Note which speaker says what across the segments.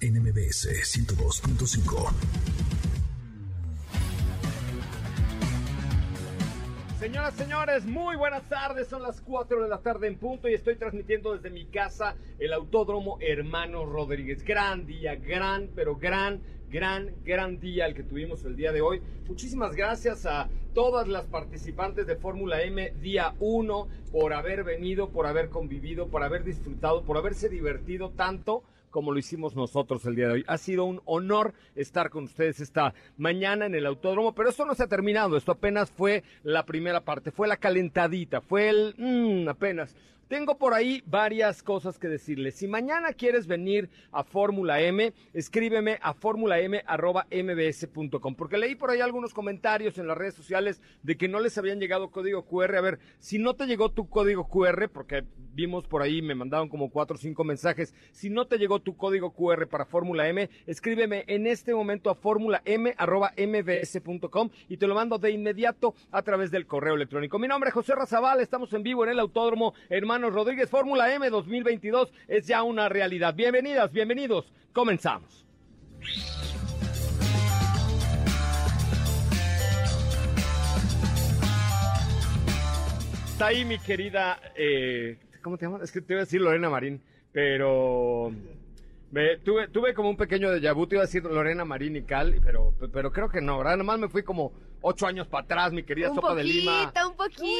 Speaker 1: en MBS 102.5.
Speaker 2: Señoras, señores, muy buenas tardes. Son las 4 de la tarde en punto y estoy transmitiendo desde mi casa el Autódromo Hermanos Rodríguez. Gran día, gran, pero gran, gran, gran día el que tuvimos el día de hoy. Muchísimas gracias a todas las participantes de Fórmula M día 1 por haber venido, por haber convivido, por haber disfrutado, por haberse divertido tanto como lo hicimos nosotros el día de hoy. Ha sido un honor estar con ustedes esta mañana en el autódromo, pero esto no se ha terminado, esto apenas fue la primera parte, fue la calentadita, fue el... Mmm, apenas. Tengo por ahí varias cosas que decirles. Si mañana quieres venir a Fórmula M, escríbeme a mbs.com porque leí por ahí algunos comentarios en las redes sociales de que no les habían llegado código QR. A ver, si no te llegó tu código QR, porque vimos por ahí, me mandaron como cuatro o cinco mensajes, si no te llegó tu código QR para Fórmula M, escríbeme en este momento a mbs.com y te lo mando de inmediato a través del correo electrónico. Mi nombre es José Razabal, estamos en vivo en el Autódromo Hermano Rodríguez, Fórmula M 2022 es ya una realidad. Bienvenidas, bienvenidos, comenzamos. Está ahí mi querida, eh, ¿cómo te llamas? Es que te iba a decir Lorena Marín, pero me- tuve, tuve como un pequeño déjà vu, te iba a decir Lorena Marín y Cal, pero, pero creo que no, ¿verdad? Nomás me fui como ocho años para atrás, mi querida
Speaker 3: un
Speaker 2: Sopa
Speaker 3: poquito,
Speaker 2: de Lima.
Speaker 3: un
Speaker 2: ¿Cómo estás,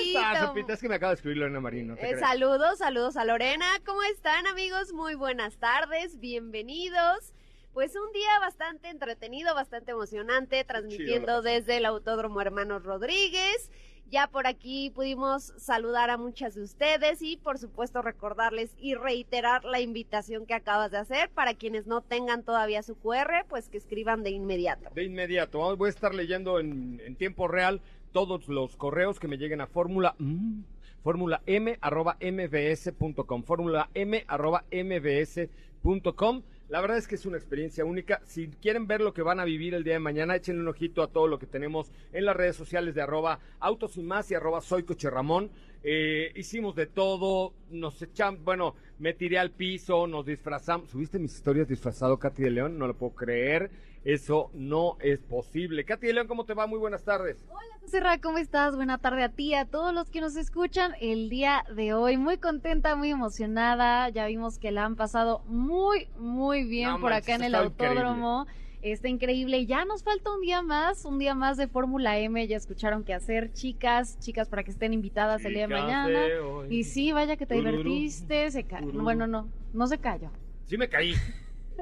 Speaker 3: poquito.
Speaker 2: Sopita? Es que me acaba de escribir Lorena Marín, no te
Speaker 3: Eh,
Speaker 2: creas.
Speaker 3: saludos, saludos a Lorena. ¿Cómo están amigos? Muy buenas tardes, bienvenidos. Pues un día bastante entretenido, bastante emocionante, transmitiendo
Speaker 2: pasamos.
Speaker 3: desde el Autódromo Hermanos Rodríguez. Ya por aquí pudimos saludar a muchas de ustedes y por supuesto recordarles y reiterar la invitación que acabas de hacer para quienes no tengan todavía su QR, pues que escriban de inmediato.
Speaker 2: De inmediato, vamos, voy a estar leyendo en, en tiempo real todos los correos que me lleguen a fórmula mm, fórmula m arroba mbs.com fórmula m arroba mbs.com la verdad es que es una experiencia única. Si quieren ver lo que van a vivir el día de mañana, échenle un ojito a todo lo que tenemos en las redes sociales de arroba autos y más y arroba soy coche Ramón. Eh, hicimos de todo, nos echamos, bueno, me tiré al piso, nos disfrazamos. ¿Subiste mis historias disfrazado, Katy de León? No lo puedo creer. Eso no es posible. Katy de León, ¿cómo te va? Muy buenas tardes.
Speaker 4: Serra, ¿cómo estás? Buena tarde a ti, a todos los que nos escuchan el día de hoy. Muy contenta, muy emocionada. Ya vimos que la han pasado muy, muy bien
Speaker 2: No
Speaker 4: por
Speaker 2: manches,
Speaker 4: acá en el
Speaker 2: está increíble.
Speaker 4: autódromo. Está increíble. Ya nos falta un día más, un día más de Fórmula M. Ya escucharon qué hacer, chicas, chicas, para que estén invitadas el día de mañana. Y sí, vaya que te
Speaker 2: eh. Tururú.
Speaker 4: divertiste. Se ca-
Speaker 2: Tururú.
Speaker 4: Bueno, no, no se cayó.
Speaker 2: Sí me caí.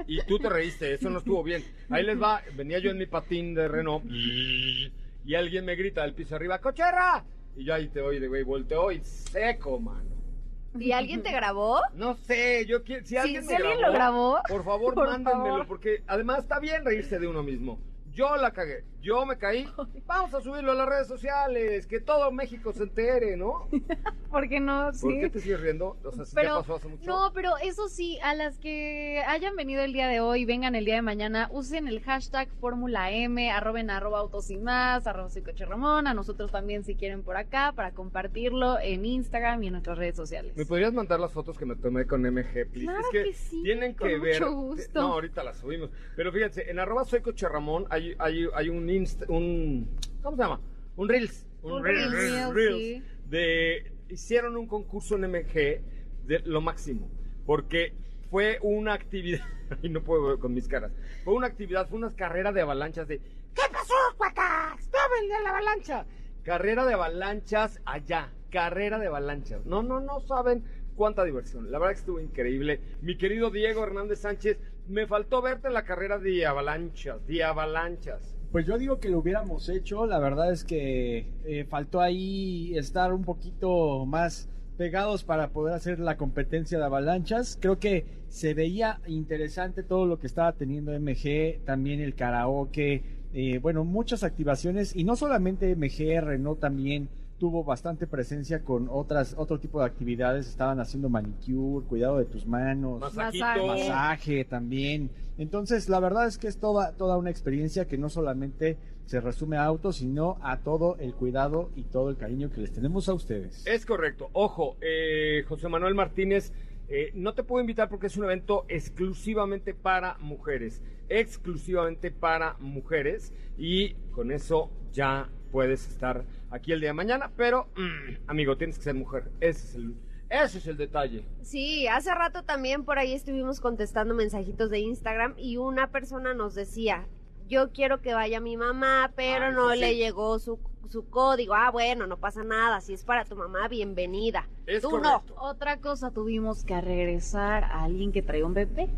Speaker 2: Y tú te reíste, eso no estuvo bien. Ahí les va, venía yo en mi patín de Renault y alguien me grita del piso arriba, ¡Cochera! Y yo ahí te oí de güey, volteo y seco, mano.
Speaker 3: ¿Y alguien te grabó?
Speaker 2: No sé, yo quiero, si alguien,
Speaker 4: si
Speaker 2: me
Speaker 4: alguien
Speaker 2: grabó,
Speaker 4: lo grabó,
Speaker 2: por favor,
Speaker 4: por
Speaker 2: mándenmelo,
Speaker 4: favor.
Speaker 2: porque además está bien reírse de uno mismo. Yo la cagué, yo me caí. Vamos a subirlo a las redes sociales, que todo México se entere, ¿no?
Speaker 4: ¿por qué no?
Speaker 2: ¿Por
Speaker 4: Sí.
Speaker 2: qué te sigues riendo? O sea, si ya
Speaker 4: Pero,
Speaker 2: pasó hace mucho.
Speaker 4: No, pero eso sí, a las que hayan venido el día de hoy, vengan el día de mañana, usen el hashtag Fórmula M, arroben arroba autos y más, arroba soy Coche Ramón, a nosotros también si quieren por acá, para compartirlo en Instagram y en nuestras redes sociales.
Speaker 2: ¿Me podrías mandar las fotos que me tomé con MG, please?
Speaker 4: Claro
Speaker 2: es que,
Speaker 4: que sí,
Speaker 2: tienen
Speaker 4: con
Speaker 2: que
Speaker 4: mucho
Speaker 2: ver.
Speaker 4: gusto.
Speaker 2: No, ahorita las subimos. Pero fíjense, en arroba soy coche Ramón hay, hay, hay un insta, un ¿cómo se llama? Un Reels.
Speaker 4: Un
Speaker 2: Reels,
Speaker 4: Reels,
Speaker 2: Reels,
Speaker 4: sí.
Speaker 2: de hicieron un concurso en MG de lo máximo. Porque fue una actividad, y no puedo con mis caras, fue una actividad, fue una carrera de avalanchas de, ¿qué pasó, cuacas? ¡No venía la avalancha! Carrera de avalanchas allá, carrera de avalanchas. No, no, no saben cuánta diversión. La verdad que estuvo increíble. Mi querido Diego Hernández Sánchez, me faltó verte en la carrera de avalanchas, de avalanchas.
Speaker 5: Pues yo digo que lo hubiéramos hecho, la verdad es que eh, faltó ahí estar un poquito más pegados para poder hacer la competencia de avalanchas. Creo que se veía interesante todo lo que estaba teniendo MG, también el karaoke, eh, bueno, muchas activaciones y no solamente MG, Renault también tuvo bastante presencia con otras otro tipo de actividades, estaban haciendo manicure, cuidado de tus manos,
Speaker 4: Masaje.
Speaker 2: Masajito.
Speaker 5: masaje también. Entonces, la verdad es que es toda, toda una experiencia que no solamente se resume a autos, sino a todo el cuidado y todo el cariño que les tenemos a ustedes.
Speaker 2: Es correcto. Ojo, eh, José Manuel Martínez, eh, no te puedo invitar porque es un evento exclusivamente para mujeres. Exclusivamente para mujeres. Y con eso ya puedes estar aquí el día de mañana. Pero, mm, amigo, tienes que ser mujer. Ese es el, ese es el detalle.
Speaker 3: Sí, hace rato también por ahí estuvimos contestando mensajitos de Instagram y una persona nos decía, yo quiero que vaya mi mamá, pero
Speaker 2: Ah,
Speaker 3: no
Speaker 2: eso
Speaker 3: le
Speaker 2: sí.
Speaker 3: llegó su, su código. Ah, bueno, no pasa nada, si es para tu mamá, bienvenida.
Speaker 2: Es
Speaker 3: Tú no.
Speaker 2: correcto.
Speaker 4: Otra cosa, tuvimos que regresar a alguien que traía un bebé.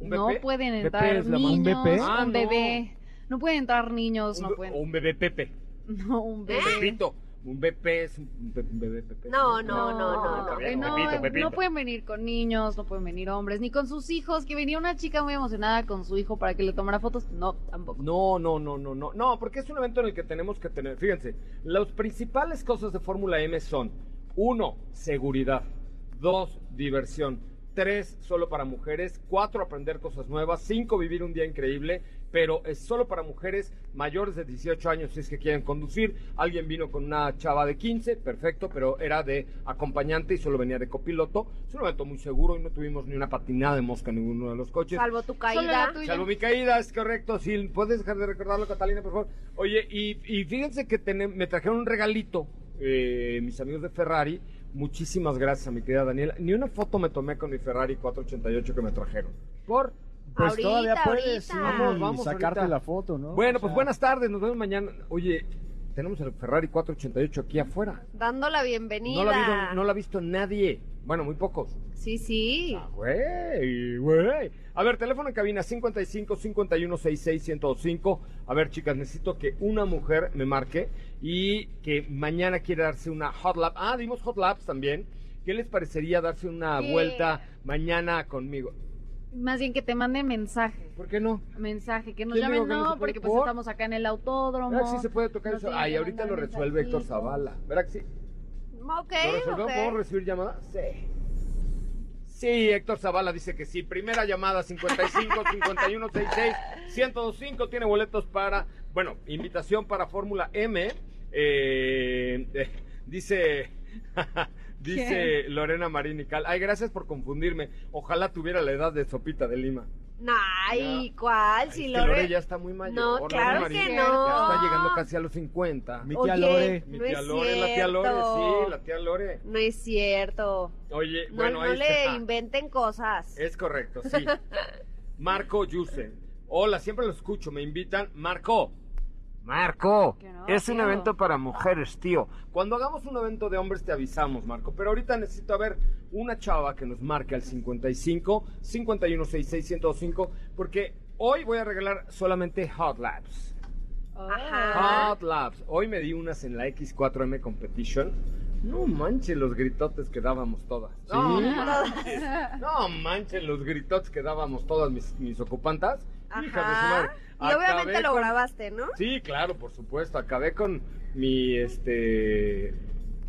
Speaker 2: ¿Un
Speaker 4: no
Speaker 2: bebé?
Speaker 4: pueden
Speaker 2: Bebé
Speaker 4: entrar
Speaker 2: es la mamá.
Speaker 4: niños,
Speaker 2: ¿Un
Speaker 4: un,
Speaker 2: bebé? Ah, no.
Speaker 4: bebé. No pueden entrar niños,
Speaker 2: Un
Speaker 4: no
Speaker 2: be-
Speaker 4: pueden.
Speaker 2: o un bebé Pepe.
Speaker 4: No, un
Speaker 2: Un
Speaker 4: bebé.
Speaker 2: Pepito. Un bebé es un, be- un bebé Pepe.
Speaker 3: ¿Eh? No, no, no,
Speaker 2: está
Speaker 4: que
Speaker 2: bien,
Speaker 4: no,
Speaker 2: Pepito,
Speaker 4: no
Speaker 2: Pepito.
Speaker 4: pueden venir con niños, no pueden venir hombres, ni con sus hijos. Que venía una chica muy emocionada con su hijo para que le tomara fotos. No, tampoco.
Speaker 2: No, no, no, no, no, no, porque es un evento en el que tenemos que tener, fíjense, las principales cosas de Fórmula M son, uno, seguridad, dos, diversión, tres, solo para mujeres, cuatro, aprender cosas nuevas, cinco, vivir un día increíble, pero es solo para mujeres mayores de 18 años si es que quieren conducir, alguien vino con una chava de 15, perfecto, pero era de acompañante y solo venía de copiloto, es un evento muy seguro y no tuvimos ni una patinada de mosca en ninguno de los coches.
Speaker 3: Salvo tu
Speaker 4: Solo
Speaker 3: caída.
Speaker 4: la tuya.
Speaker 2: Salvo mi caída, es correcto. Sí, puedes dejar de recordarlo, Catalina, por favor. Oye, y, y fíjense que tenem- me trajeron un regalito, eh, mis amigos de Ferrari. Muchísimas gracias a mi querida Daniela. Ni una foto me tomé con mi Ferrari 488 que me trajeron. Por.
Speaker 5: Pues
Speaker 3: Ahorita,
Speaker 5: todavía puedes
Speaker 3: ahorita.
Speaker 5: ir
Speaker 2: Vamos,
Speaker 5: y
Speaker 2: vamos,
Speaker 5: sacarte
Speaker 2: ahorita.
Speaker 5: la foto, ¿no?
Speaker 2: Bueno,
Speaker 5: O
Speaker 2: pues
Speaker 5: sea,
Speaker 2: buenas tardes, nos vemos mañana. Oye, tenemos el Ferrari 488 aquí afuera.
Speaker 3: Dando la bienvenida.
Speaker 2: No la, ha habido- no la ha visto nadie. Bueno, muy pocos.
Speaker 3: Sí, sí.
Speaker 2: Ah, Güey, güey. A ver, teléfono en cabina 55 51 66 105. A ver, chicas, necesito que una mujer me marque y que mañana quiera darse una hot lap. Ah, dimos hot laps también. ¿Qué les parecería darse una
Speaker 4: Sí.
Speaker 2: vuelta mañana conmigo?
Speaker 4: Más bien que te manden mensaje.
Speaker 2: ¿Por qué no?
Speaker 4: Mensaje, que nos
Speaker 2: ¿Quién dijo
Speaker 4: llamen,
Speaker 2: que no se
Speaker 4: no,
Speaker 2: puede?
Speaker 4: porque pues
Speaker 2: ¿Por?
Speaker 4: estamos acá en el autódromo.
Speaker 2: ¿Verdad que Ah, sí se puede tocar
Speaker 4: nos
Speaker 2: eso?
Speaker 4: tienen que
Speaker 2: Ay, ahorita lo
Speaker 4: mandar
Speaker 2: resuelve Héctor
Speaker 4: mensajito.
Speaker 2: Zavala. ¿Verdad que sí?
Speaker 3: Ok,
Speaker 2: ¿Lo resolvió?
Speaker 3: ok.
Speaker 2: ¿Puedo recibir llamadas? Sí. Sí, Héctor Zavala dice que sí. Primera llamada 55 51 66 1025 tiene boletos para, bueno, invitación para Fórmula M. Eh, eh, dice dice Lorena Marín y Cal. Ay, gracias por confundirme. Ojalá tuviera la edad de Sopita de Lima.
Speaker 3: Ay, ¿cuál?
Speaker 2: Ay,
Speaker 3: Si
Speaker 2: es que
Speaker 3: Lore-
Speaker 2: Lore ya está muy mayor.
Speaker 3: No,
Speaker 2: Lorena
Speaker 3: claro
Speaker 2: Marín
Speaker 3: que
Speaker 2: Ya
Speaker 3: no.
Speaker 2: está llegando casi a los 50.
Speaker 5: Mi tía
Speaker 3: Oye,
Speaker 5: Lore.
Speaker 2: Mi
Speaker 3: no
Speaker 2: tía
Speaker 3: es
Speaker 2: Lore, la tía Lore,
Speaker 3: cierto.
Speaker 2: sí, la tía Lore.
Speaker 3: No es cierto.
Speaker 2: Oye,
Speaker 3: No,
Speaker 2: bueno,
Speaker 3: no
Speaker 2: ahí
Speaker 3: le
Speaker 2: está.
Speaker 3: inventen cosas.
Speaker 2: Es correcto, sí. Marco Yusen. Hola, siempre lo escucho, me invitan. Marco. Marco,
Speaker 4: Que no,
Speaker 2: es un
Speaker 4: tío.
Speaker 2: evento para mujeres, tío. Cuando hagamos un evento de hombres te avisamos, Marco. Pero ahorita necesito a ver una chava que nos marque al 55 51 66 105 porque hoy voy a regalar solamente Hot Labs.
Speaker 6: Ah.
Speaker 3: Ajá.
Speaker 2: Hot Labs. Hoy me di unas en la X4M Competition. No manches los gritotes que dábamos todas. No manches. No manches los gritotes que dábamos todas mis, mis ocupantas. Hijas de su madre.
Speaker 3: Ajá. Y obviamente
Speaker 2: Acabé
Speaker 3: lo
Speaker 2: con-
Speaker 3: grabaste, ¿no?
Speaker 2: Sí, claro, por supuesto. Acabé con mi este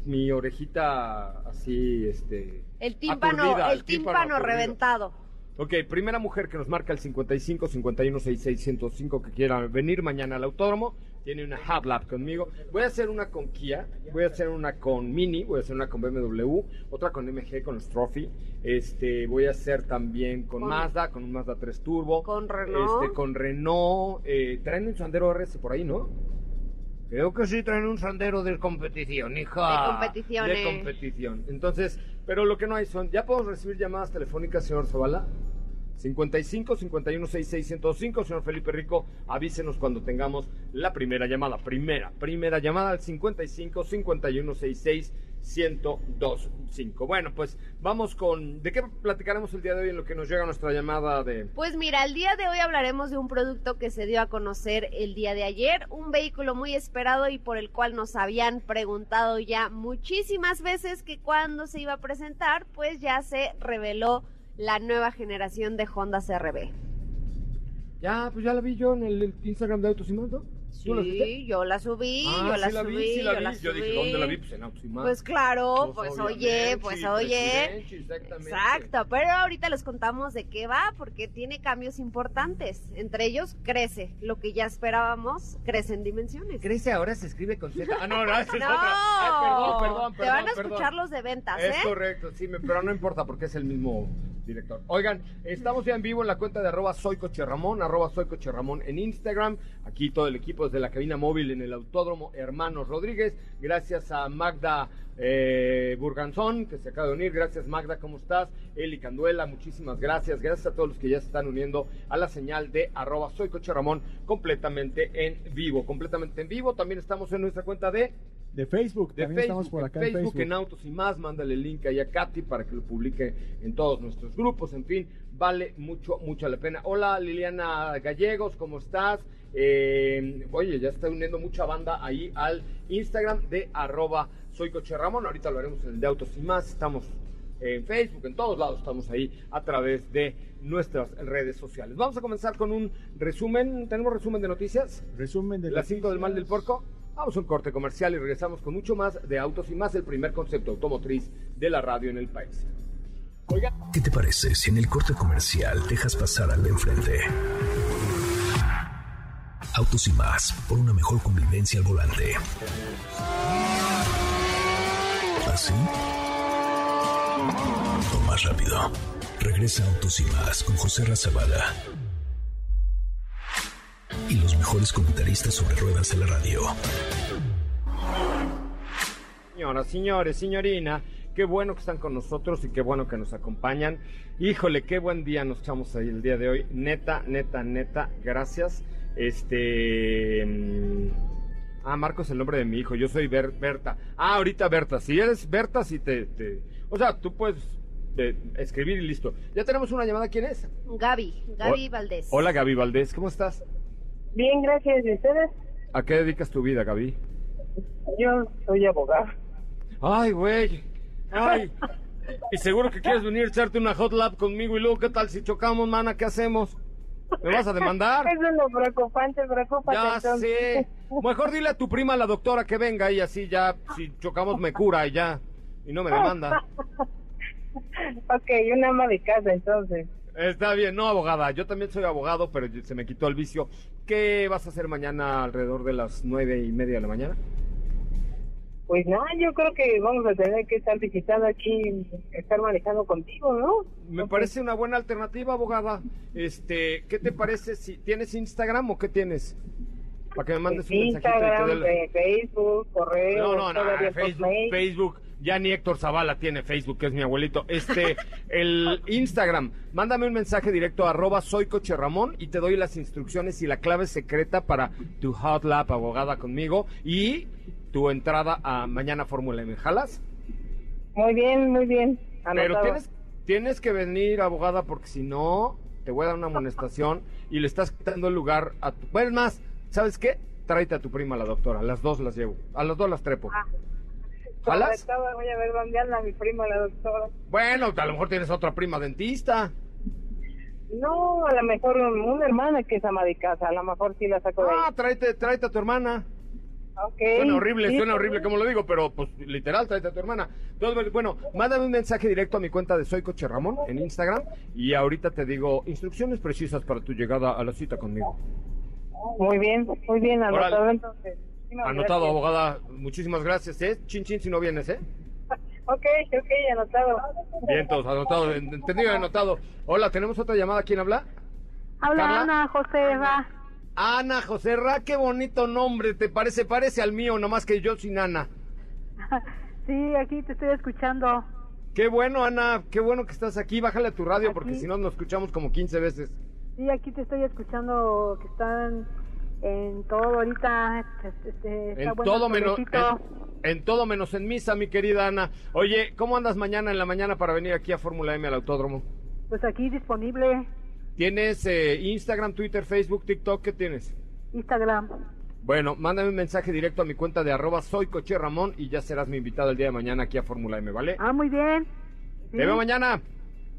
Speaker 2: mi orejita así este
Speaker 3: El tímpano,
Speaker 2: aturdida,
Speaker 3: el tímpano
Speaker 2: aturdido.
Speaker 3: reventado.
Speaker 2: Ok, primera mujer que nos marca el 55 51 6605 que quiera venir mañana al autódromo. Tiene una Hub Lab conmigo. Voy a hacer una con Kia, voy a hacer una con Mini, voy a hacer una con BMW, otra con MG, con los Trophy. Este, voy a hacer también con,
Speaker 3: Con-
Speaker 2: Mazda, con un Mazda 3 Turbo.
Speaker 3: Con Renault.
Speaker 2: Este, con Renault. Eh, traen un Sandero RS por ahí, ¿no? Creo que sí traen un sandero de competición, hija.
Speaker 3: De competiciones.
Speaker 2: De competición. Entonces, pero lo que no hay son. ¿Ya podemos recibir llamadas telefónicas, señor Zavala? 55 51 66 105, señor Felipe Rico, avísenos cuando tengamos la primera llamada. Primera, primera llamada al 55 51 66 1025. Bueno, pues vamos con. ¿De qué platicaremos el día de hoy en lo que nos llega nuestra llamada de.
Speaker 3: Pues mira, el día de hoy hablaremos de un producto que se dio a conocer el día de ayer, un vehículo muy esperado y por el cual nos habían preguntado ya muchísimas veces que cuándo se iba a presentar, pues ya se reveló la nueva generación de Honda CRB.
Speaker 2: Ya, pues ya la vi yo en el Instagram de Autos y Más, ¿no? ¿Tú la viste?
Speaker 3: Sí, yo la subí,
Speaker 2: Ah,
Speaker 3: yo la
Speaker 2: sí la
Speaker 3: subí,
Speaker 2: vi, sí la
Speaker 3: yo
Speaker 2: vi.
Speaker 3: la
Speaker 2: Yo
Speaker 3: subí.
Speaker 2: dije, ¿dónde la vi? Pues en Autos y Más.
Speaker 3: Pues claro, pues, oye,
Speaker 2: obviamente,
Speaker 3: pues
Speaker 2: y
Speaker 3: oye.
Speaker 2: Presidenchi, exactamente.
Speaker 3: Exacto, pero ahorita les contamos de qué va porque tiene cambios importantes. Entre ellos crece, lo que ya esperábamos, crece en dimensiones.
Speaker 2: Crece ahora se escribe con Z. Ah, no, no, esa es
Speaker 3: No,
Speaker 2: otra. Ay, perdón, perdón,
Speaker 3: te van a
Speaker 2: perdón,
Speaker 3: escuchar los de ventas,
Speaker 2: Es
Speaker 3: ¿eh?
Speaker 2: correcto, sí, me- pero no importa porque es el mismo director. Oigan, estamos ya en vivo en la cuenta de arroba soycocherramón, arroba soycocherramón en Instagram. Aquí todo el equipo desde la cabina móvil en el Autódromo Hermanos Rodríguez. Gracias a Magda eh, Burganzón que se acaba de unir. Gracias Magda, ¿cómo estás? Eli Canduela, muchísimas gracias. Gracias a todos los que ya se están uniendo a la señal de arroba soycocherramón completamente en vivo. Completamente en vivo. También estamos en nuestra cuenta de
Speaker 5: De Facebook,
Speaker 2: de
Speaker 5: también
Speaker 2: Facebook,
Speaker 5: estamos por
Speaker 2: en
Speaker 5: acá
Speaker 2: Facebook,
Speaker 5: en Facebook.
Speaker 2: en Autos y más, mándale el link ahí a Katy para que lo publique en todos nuestros grupos, en fin, vale mucho, mucho la pena. Hola Liliana Gallegos, ¿cómo estás? Eh, oye, ya está uniendo mucha banda ahí al Instagram de arroba soy Coche Ramón, ahorita lo haremos en el de Autos y más, estamos en Facebook, en todos lados estamos ahí a través de nuestras redes sociales. Vamos a comenzar con un resumen, ¿tenemos resumen de noticias?
Speaker 5: Resumen de
Speaker 2: las 5 del mal del
Speaker 5: noticias.
Speaker 2: porco. Vamos a un corte comercial y regresamos con mucho más de autos y más el primer concepto automotriz de la radio en el país. Oiga,
Speaker 1: ¿Qué te parece si en el corte comercial dejas pasar al de enfrente? Autos y más, por una mejor convivencia al volante. ¿Así? O más rápido. Regresa Autos y más con José Razabala. Y los mejores comentaristas sobre ruedas de la radio.
Speaker 2: señoras, señores, señorina, qué bueno que están con nosotros y qué bueno que nos acompañan. Híjole, qué buen día nos echamos ahí el día de hoy. Neta, neta, neta, gracias. Este. mm, Ah, Marco es el nombre de mi hijo. Yo soy Ber- Berta. Ah, ahorita Berta. Si eres Berta, si te. te- O sea, tú puedes eh, escribir y listo. Ya tenemos una llamada. ¿Quién es?
Speaker 3: Gaby, Gaby Valdés.
Speaker 2: Hola Gaby Valdés, ¿cómo estás?
Speaker 7: Bien, gracias. ¿Y ustedes?
Speaker 2: ¿A qué dedicas tu vida, Gaby?
Speaker 7: Yo soy abogado.
Speaker 2: Ay, güey. Ay. Y seguro que quieres venir a echarte una hot lap conmigo y luego, ¿qué tal si chocamos, mana? ¿Qué hacemos? ¿Me vas a demandar?
Speaker 7: Eso es lo preocupante, preocúpate.
Speaker 2: Ya
Speaker 7: entonces.
Speaker 2: sé. Mejor dile a tu prima, la doctora, que venga y así ya, si chocamos, me cura y ya. Y no me demanda.
Speaker 7: Ok, una ama de casa, entonces.
Speaker 2: Está bien, no, abogada. Yo también soy abogado, pero se me quitó el vicio. ¿Qué vas a hacer mañana alrededor de las nueve y media de la mañana?
Speaker 7: Pues nada, yo creo que vamos a tener que estar visitando aquí, estar manejando contigo, ¿no?
Speaker 2: Me parece una buena alternativa, abogada. Este, ¿qué te parece si tienes Instagram o qué tienes? Para que me mandes un mensajito y te
Speaker 7: Instagram,
Speaker 2: dé la-
Speaker 7: eh, Facebook, correo.
Speaker 2: No, no, no,
Speaker 7: todavía por
Speaker 2: Facebook,
Speaker 7: mail.
Speaker 2: Facebook, ya ni Héctor Zavala tiene Facebook, que es mi abuelito. Este, el Instagram, mándame un mensaje directo a arroba soy Coche Ramón y te doy las instrucciones y la clave secreta para tu hot lap abogada conmigo y tu entrada a mañana Fórmula M. ¿Jalas?
Speaker 7: Muy bien, muy bien.
Speaker 2: Pero
Speaker 7: Anotado.
Speaker 2: tienes, tienes que venir, abogada, porque si no, te voy a dar una amonestación y le estás quitando el lugar a tu... Bueno, es más, ¿sabes qué? Tráete a tu prima, la doctora. Las dos las llevo. A las dos las trepo.
Speaker 7: Ah.
Speaker 2: ¿Jalas?
Speaker 7: Anotado, Voy a ver dónde anda mi prima, la doctora.
Speaker 2: Bueno, a lo mejor tienes otra prima dentista.
Speaker 7: No, a lo mejor un- una hermana que es ama de casa, a lo mejor sí la saco de ahí.
Speaker 2: Ah, tráete, tráete a tu hermana.
Speaker 7: Okay.
Speaker 2: Ah, Suena horrible,
Speaker 7: sí,
Speaker 2: suena
Speaker 7: sí.
Speaker 2: horrible como lo digo, pero pues literal, tráete a tu hermana. Entonces, bueno, mándame un mensaje directo a mi cuenta de Soy Coche Ramón en Instagram y ahorita te digo instrucciones precisas para tu llegada a la cita conmigo.
Speaker 7: Muy bien, muy bien,
Speaker 2: Órale.
Speaker 7: anotado entonces. Muchísimas
Speaker 2: Anotado,
Speaker 7: gracias.
Speaker 2: abogada. Muchísimas gracias, ¿eh? Chin, chin, si no vienes, ¿eh?
Speaker 7: Ok, ok, anotado.
Speaker 2: Bien, todos, anotado. en- Entendido, y anotado. Hola, ¿tenemos otra llamada? ¿Quién habla?
Speaker 6: Habla
Speaker 2: Carla.
Speaker 6: Ana José Ra.
Speaker 2: Ana José Ra, qué bonito nombre, ¿te parece? Parece al mío, nomás que yo sin Ana.
Speaker 6: Sí, aquí te estoy escuchando.
Speaker 2: Qué bueno, Ana, qué bueno que estás aquí. Bájale a tu radio porque
Speaker 6: Aquí.
Speaker 2: si no nos escuchamos como 15 veces.
Speaker 6: Sí, aquí te estoy escuchando que están en todo ahorita. este, este, está
Speaker 2: En
Speaker 6: bueno el
Speaker 2: todo, menos,
Speaker 6: solecito.
Speaker 2: en, en todo menos en misa, mi querida Ana. Oye, ¿cómo andas mañana en la mañana para venir aquí a Fórmula M al autódromo?
Speaker 6: Pues aquí disponible
Speaker 2: ¿Tienes eh, Instagram, Twitter, Facebook, TikTok? ¿Qué tienes?
Speaker 6: Instagram.
Speaker 2: Bueno, mándame un mensaje directo a mi cuenta de arroba soy coche Ramón y ya serás mi invitado el día de mañana aquí a Fórmula M, ¿vale?
Speaker 6: Ah, muy bien. Sí.
Speaker 2: Te veo mañana.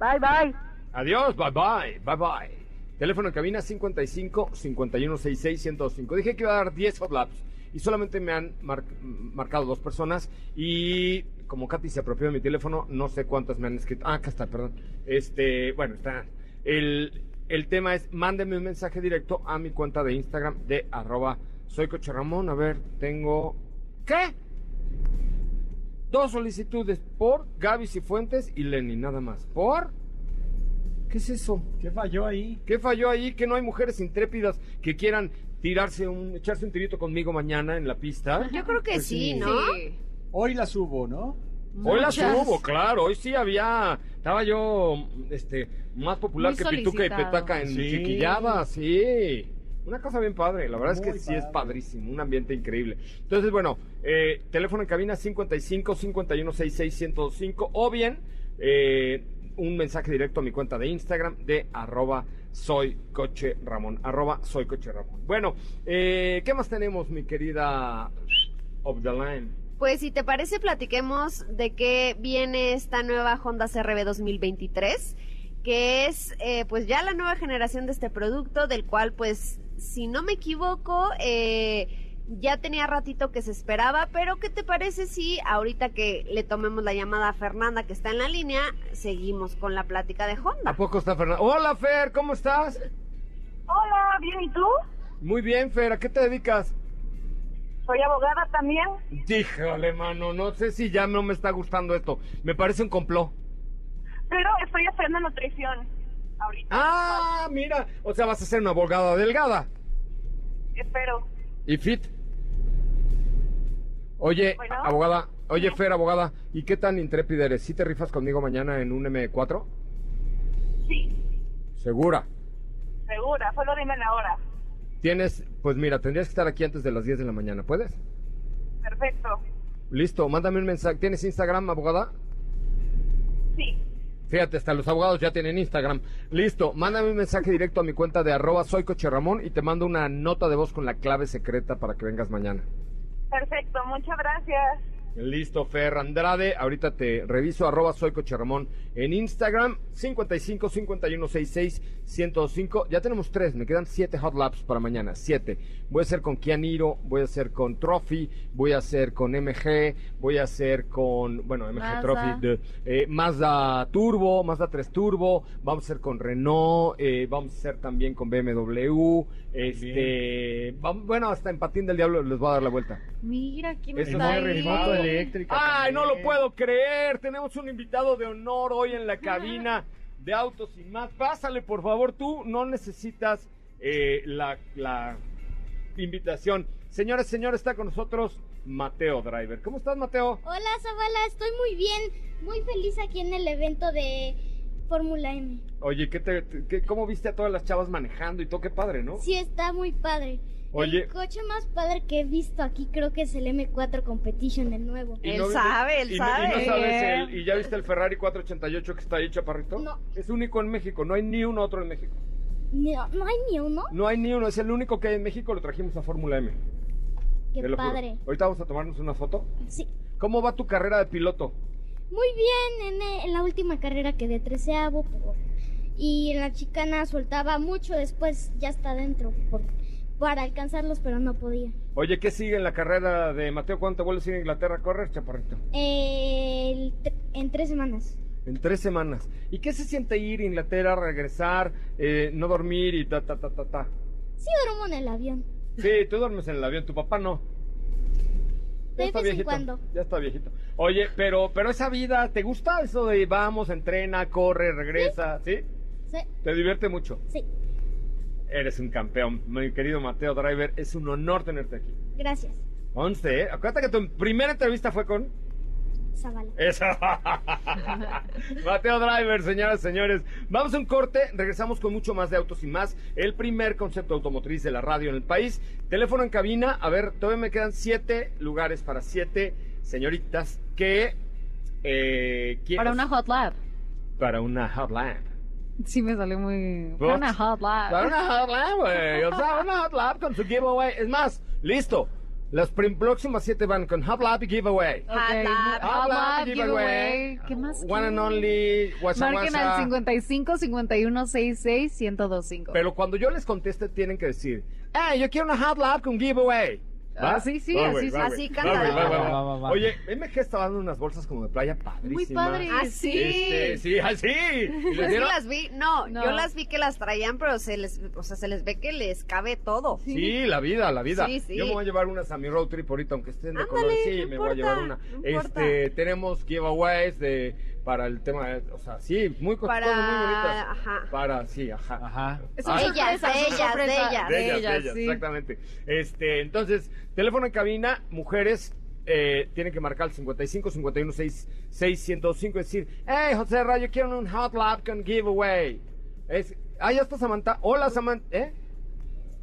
Speaker 6: Bye, bye.
Speaker 2: Adiós, bye bye, bye bye. Teléfono en cabina 55 5166 105. Dije que iba a dar 10 hotlaps y solamente me han mar- marcado dos personas y como Katy se apropió de mi teléfono, no sé cuántas me han escrito. Ah, acá está, perdón. Este, bueno, está. El, el tema es, mándeme un mensaje directo a mi cuenta de Instagram de arroba soy Coche Ramón. A ver, tengo... ¿Qué? Dos solicitudes por Gaby Cifuentes y Lenny, nada más. ¿Por? ¿Qué es eso?
Speaker 5: ¿Qué falló ahí?
Speaker 2: ¿Qué falló ahí? Que no hay mujeres intrépidas que quieran tirarse un, echarse un tirito conmigo mañana en la pista.
Speaker 3: Yo creo que
Speaker 5: Pues
Speaker 3: sí,
Speaker 5: sí.
Speaker 3: ¿no?
Speaker 4: Sí.
Speaker 5: Hoy la subo, ¿no?
Speaker 2: Hoy las
Speaker 4: Muchas.
Speaker 2: hubo, claro. Hoy sí había. Estaba yo este, más popular
Speaker 4: Muy
Speaker 2: que Pituca y
Speaker 4: solicitado.
Speaker 2: Petaca en
Speaker 5: Sí.
Speaker 2: Chiquillada, sí. Una cosa bien padre, la verdad es que
Speaker 5: Muy
Speaker 2: sí es
Speaker 5: padre.
Speaker 2: padrísimo, un ambiente increíble. Entonces, bueno, eh, teléfono en cabina 55 51 66 105 o bien eh, un mensaje directo a mi cuenta de Instagram de arroba soy coche Ramón. Arroba soy coche Ramón. Bueno, eh, ¿qué más tenemos, mi querida of the line?
Speaker 3: Pues si te parece, platiquemos de qué viene esta nueva Honda CRB 2023, que es eh, pues ya la nueva generación de este producto, del cual pues, si no me equivoco, eh, ya tenía ratito que se esperaba, pero ¿qué te parece si ahorita que le tomemos la llamada a Fernanda que está en la línea, seguimos con la plática de
Speaker 2: ¿A
Speaker 3: Honda?
Speaker 2: poco está Fernanda? Hola, Fer, ¿cómo estás?
Speaker 6: Hola, bien, ¿y tú?
Speaker 2: Muy bien, Fer, ¿a qué te dedicas?
Speaker 6: Soy abogada también.
Speaker 2: Díjole, mano, no sé si ya no me está gustando esto. Me parece un complot.
Speaker 8: Pero estoy haciendo nutrición ahorita,
Speaker 2: Ah, mira, o sea, vas a ser una abogada delgada
Speaker 8: espero.
Speaker 2: y fit. Oye,
Speaker 8: Bueno.
Speaker 2: abogada, oye, Fer, abogada, ¿y qué tan intrépida eres? ¿Sí te rifas conmigo mañana en un M4?
Speaker 8: Sí,
Speaker 2: Segura.
Speaker 8: segura, solo dime la hora.
Speaker 2: Tienes, pues mira, tendrías que estar aquí antes de las 10 de la mañana, ¿puedes?
Speaker 8: Perfecto.
Speaker 2: Listo, mándame un mensaje. ¿Tienes Instagram, abogada?
Speaker 8: Sí,
Speaker 2: Fíjate, hasta los abogados ya tienen Instagram. Listo, mándame un mensaje directo a mi cuenta de arroba soy Ramón y te mando una nota de voz con la clave secreta para que vengas mañana.
Speaker 8: perfecto, muchas gracias.
Speaker 2: Listo, Fer Andrade. Ahorita te reviso arroba soy Ramón en Instagram 55 51 66 105. Ya tenemos tres, me quedan siete hot laps para mañana. Siete. Voy a hacer con Kianiro, voy a hacer con Trophy, voy a hacer con MG, voy a hacer con, bueno, MG
Speaker 4: Mazda.
Speaker 2: Trophy, de- eh, Mazda Turbo, Mazda 3 Turbo, vamos a hacer con Renault, eh, vamos a hacer también con BMW, este, vam- bueno, hasta en Patín del Diablo les voy a dar la vuelta.
Speaker 4: Mira quién
Speaker 2: Eso
Speaker 4: está
Speaker 2: fue
Speaker 4: ahí.
Speaker 2: remoto
Speaker 5: Moto eléctrica.
Speaker 2: Ay,
Speaker 5: también.
Speaker 2: no lo puedo creer. Tenemos un invitado de honor hoy en la cabina de Autos y más. Pásale, por favor, tú no necesitas eh, la, la invitación. Señores, señores, está con nosotros Mateo Driver. ¿Cómo estás, Mateo?
Speaker 9: Hola Zavala, estoy muy bien, muy feliz aquí en el evento de Fórmula M.
Speaker 2: Oye, ¿qué te, te- qué- ¿cómo viste a todas las chavas manejando y todo? Qué padre, ¿no?
Speaker 9: Sí, está muy padre.
Speaker 2: Oye,
Speaker 9: El coche más padre que he visto aquí creo que es el M4 Competition, el nuevo.
Speaker 2: y
Speaker 3: Él
Speaker 2: no-
Speaker 3: sabe, él
Speaker 2: y no-
Speaker 3: sabe.
Speaker 2: Y, no sabes el-
Speaker 4: Bien.
Speaker 2: ¿y ya viste el Ferrari 488 que está ahí, chaparrito?
Speaker 9: No.
Speaker 2: Es único en México, no hay ni un otro en México.
Speaker 9: No, no hay ni uno.
Speaker 2: No hay ni uno, es el único que hay en México, lo trajimos a Fórmula M.
Speaker 9: Qué
Speaker 2: te lo juro.
Speaker 9: padre.
Speaker 2: Ahorita vamos a tomarnos una foto.
Speaker 9: Sí.
Speaker 2: ¿Cómo va tu carrera de piloto?
Speaker 9: Muy bien, en, e- en la última carrera quedé treceavo por- y en la chicana soltaba mucho, después ya está dentro por- para alcanzarlos, pero no podía.
Speaker 2: Oye, ¿qué sigue en la carrera de Mateo? ¿Cuánto vuelves a ir a Inglaterra a correr, chaparrito?
Speaker 9: El tre- en tres semanas.
Speaker 2: En tres semanas. ¿Y qué se siente ir a Inglaterra, regresar, eh, no dormir y ta, ta, ta, ta, ta?
Speaker 9: Sí duermo en el avión.
Speaker 2: Sí, tú duermes en el avión, tu papá no.
Speaker 9: De vez en cuando.
Speaker 2: Ya está viejito. Oye, pero, pero esa vida, ¿te gusta eso de vamos, entrena, corre, regresa? ¿Sí?
Speaker 9: Sí,
Speaker 2: ¿Te divierte mucho?
Speaker 9: sí.
Speaker 2: Eres un campeón. Mi querido Mateo Driver, es un honor tenerte aquí.
Speaker 9: Gracias,
Speaker 2: Once, ¿eh? Acuérdate que tu primera entrevista fue con...
Speaker 9: Zavala.
Speaker 2: Eso. Mateo Driver, señoras y señores. Vamos a un corte, regresamos con mucho más de Autos y Más, el primer concepto automotriz de la radio en el país. Teléfono en cabina, a ver, todavía me quedan siete lugares para siete señoritas que... eh, quieras-
Speaker 4: Para una hot lab.
Speaker 2: Para una hot lamp.
Speaker 4: Sí, me salió muy. Para
Speaker 2: What?
Speaker 4: una hot lab.
Speaker 2: Para una hot lab, güey. O sea, una hot lab con su giveaway. Es más, listo. Las prim- próximas siete van con hot lab y giveaway.
Speaker 4: Ok,
Speaker 3: lab,
Speaker 4: hot lab,
Speaker 2: giveaway.
Speaker 4: giveaway. ¿Qué más?
Speaker 2: One and
Speaker 4: quieren?
Speaker 2: only, WhatsApp,
Speaker 4: Marquen al 55 51 66 1025.
Speaker 2: Pero cuando yo les conteste, tienen que decir, eh, yo quiero una hot lab con giveaway.
Speaker 4: Ah, sí, sí,
Speaker 2: Va,
Speaker 4: así
Speaker 2: güey,
Speaker 4: es-
Speaker 2: va,
Speaker 3: así
Speaker 2: güey.
Speaker 3: canta.
Speaker 2: Va, güey, va, va, va.
Speaker 5: Va, va, va.
Speaker 2: Oye, MG está dando unas bolsas como de playa
Speaker 4: Muy
Speaker 2: padrísimas.
Speaker 4: padre.
Speaker 3: Ah, sí.
Speaker 2: Este, sí, así. ¿Y les
Speaker 3: Es que
Speaker 2: dieron?
Speaker 3: las vi, no,
Speaker 4: No.
Speaker 3: yo las vi que las traían, pero se les, o sea, se les ve que les cabe todo.
Speaker 2: Sí, la vida, la vida.
Speaker 3: Sí, sí.
Speaker 2: Yo me voy a llevar unas a mi road trip ahorita, aunque estén de
Speaker 3: Ándale,
Speaker 2: color. Sí,
Speaker 3: no
Speaker 2: me voy a llevar una.
Speaker 3: importa, no
Speaker 2: este, tenemos giveaways de para el tema, o sea, sí, muy cosas
Speaker 3: Para,
Speaker 2: muy bonitas.
Speaker 3: ajá.
Speaker 2: Para, sí, ajá.
Speaker 5: Ajá.
Speaker 4: Es una
Speaker 2: Ah.
Speaker 4: sorpresa,
Speaker 3: Ellas,
Speaker 4: es una
Speaker 3: ellas,
Speaker 4: sorpresa.
Speaker 3: ellas.
Speaker 2: De ellas, de ellas,
Speaker 4: sí.
Speaker 2: exactamente. Este, entonces, teléfono en cabina, mujeres eh, tienen que marcar el 55 51 6 605 y decir, hey, José Rayo, quiero un hot lab con giveaway. Es, ah, ya está Samantha. Hola, Samantha. ¿Eh?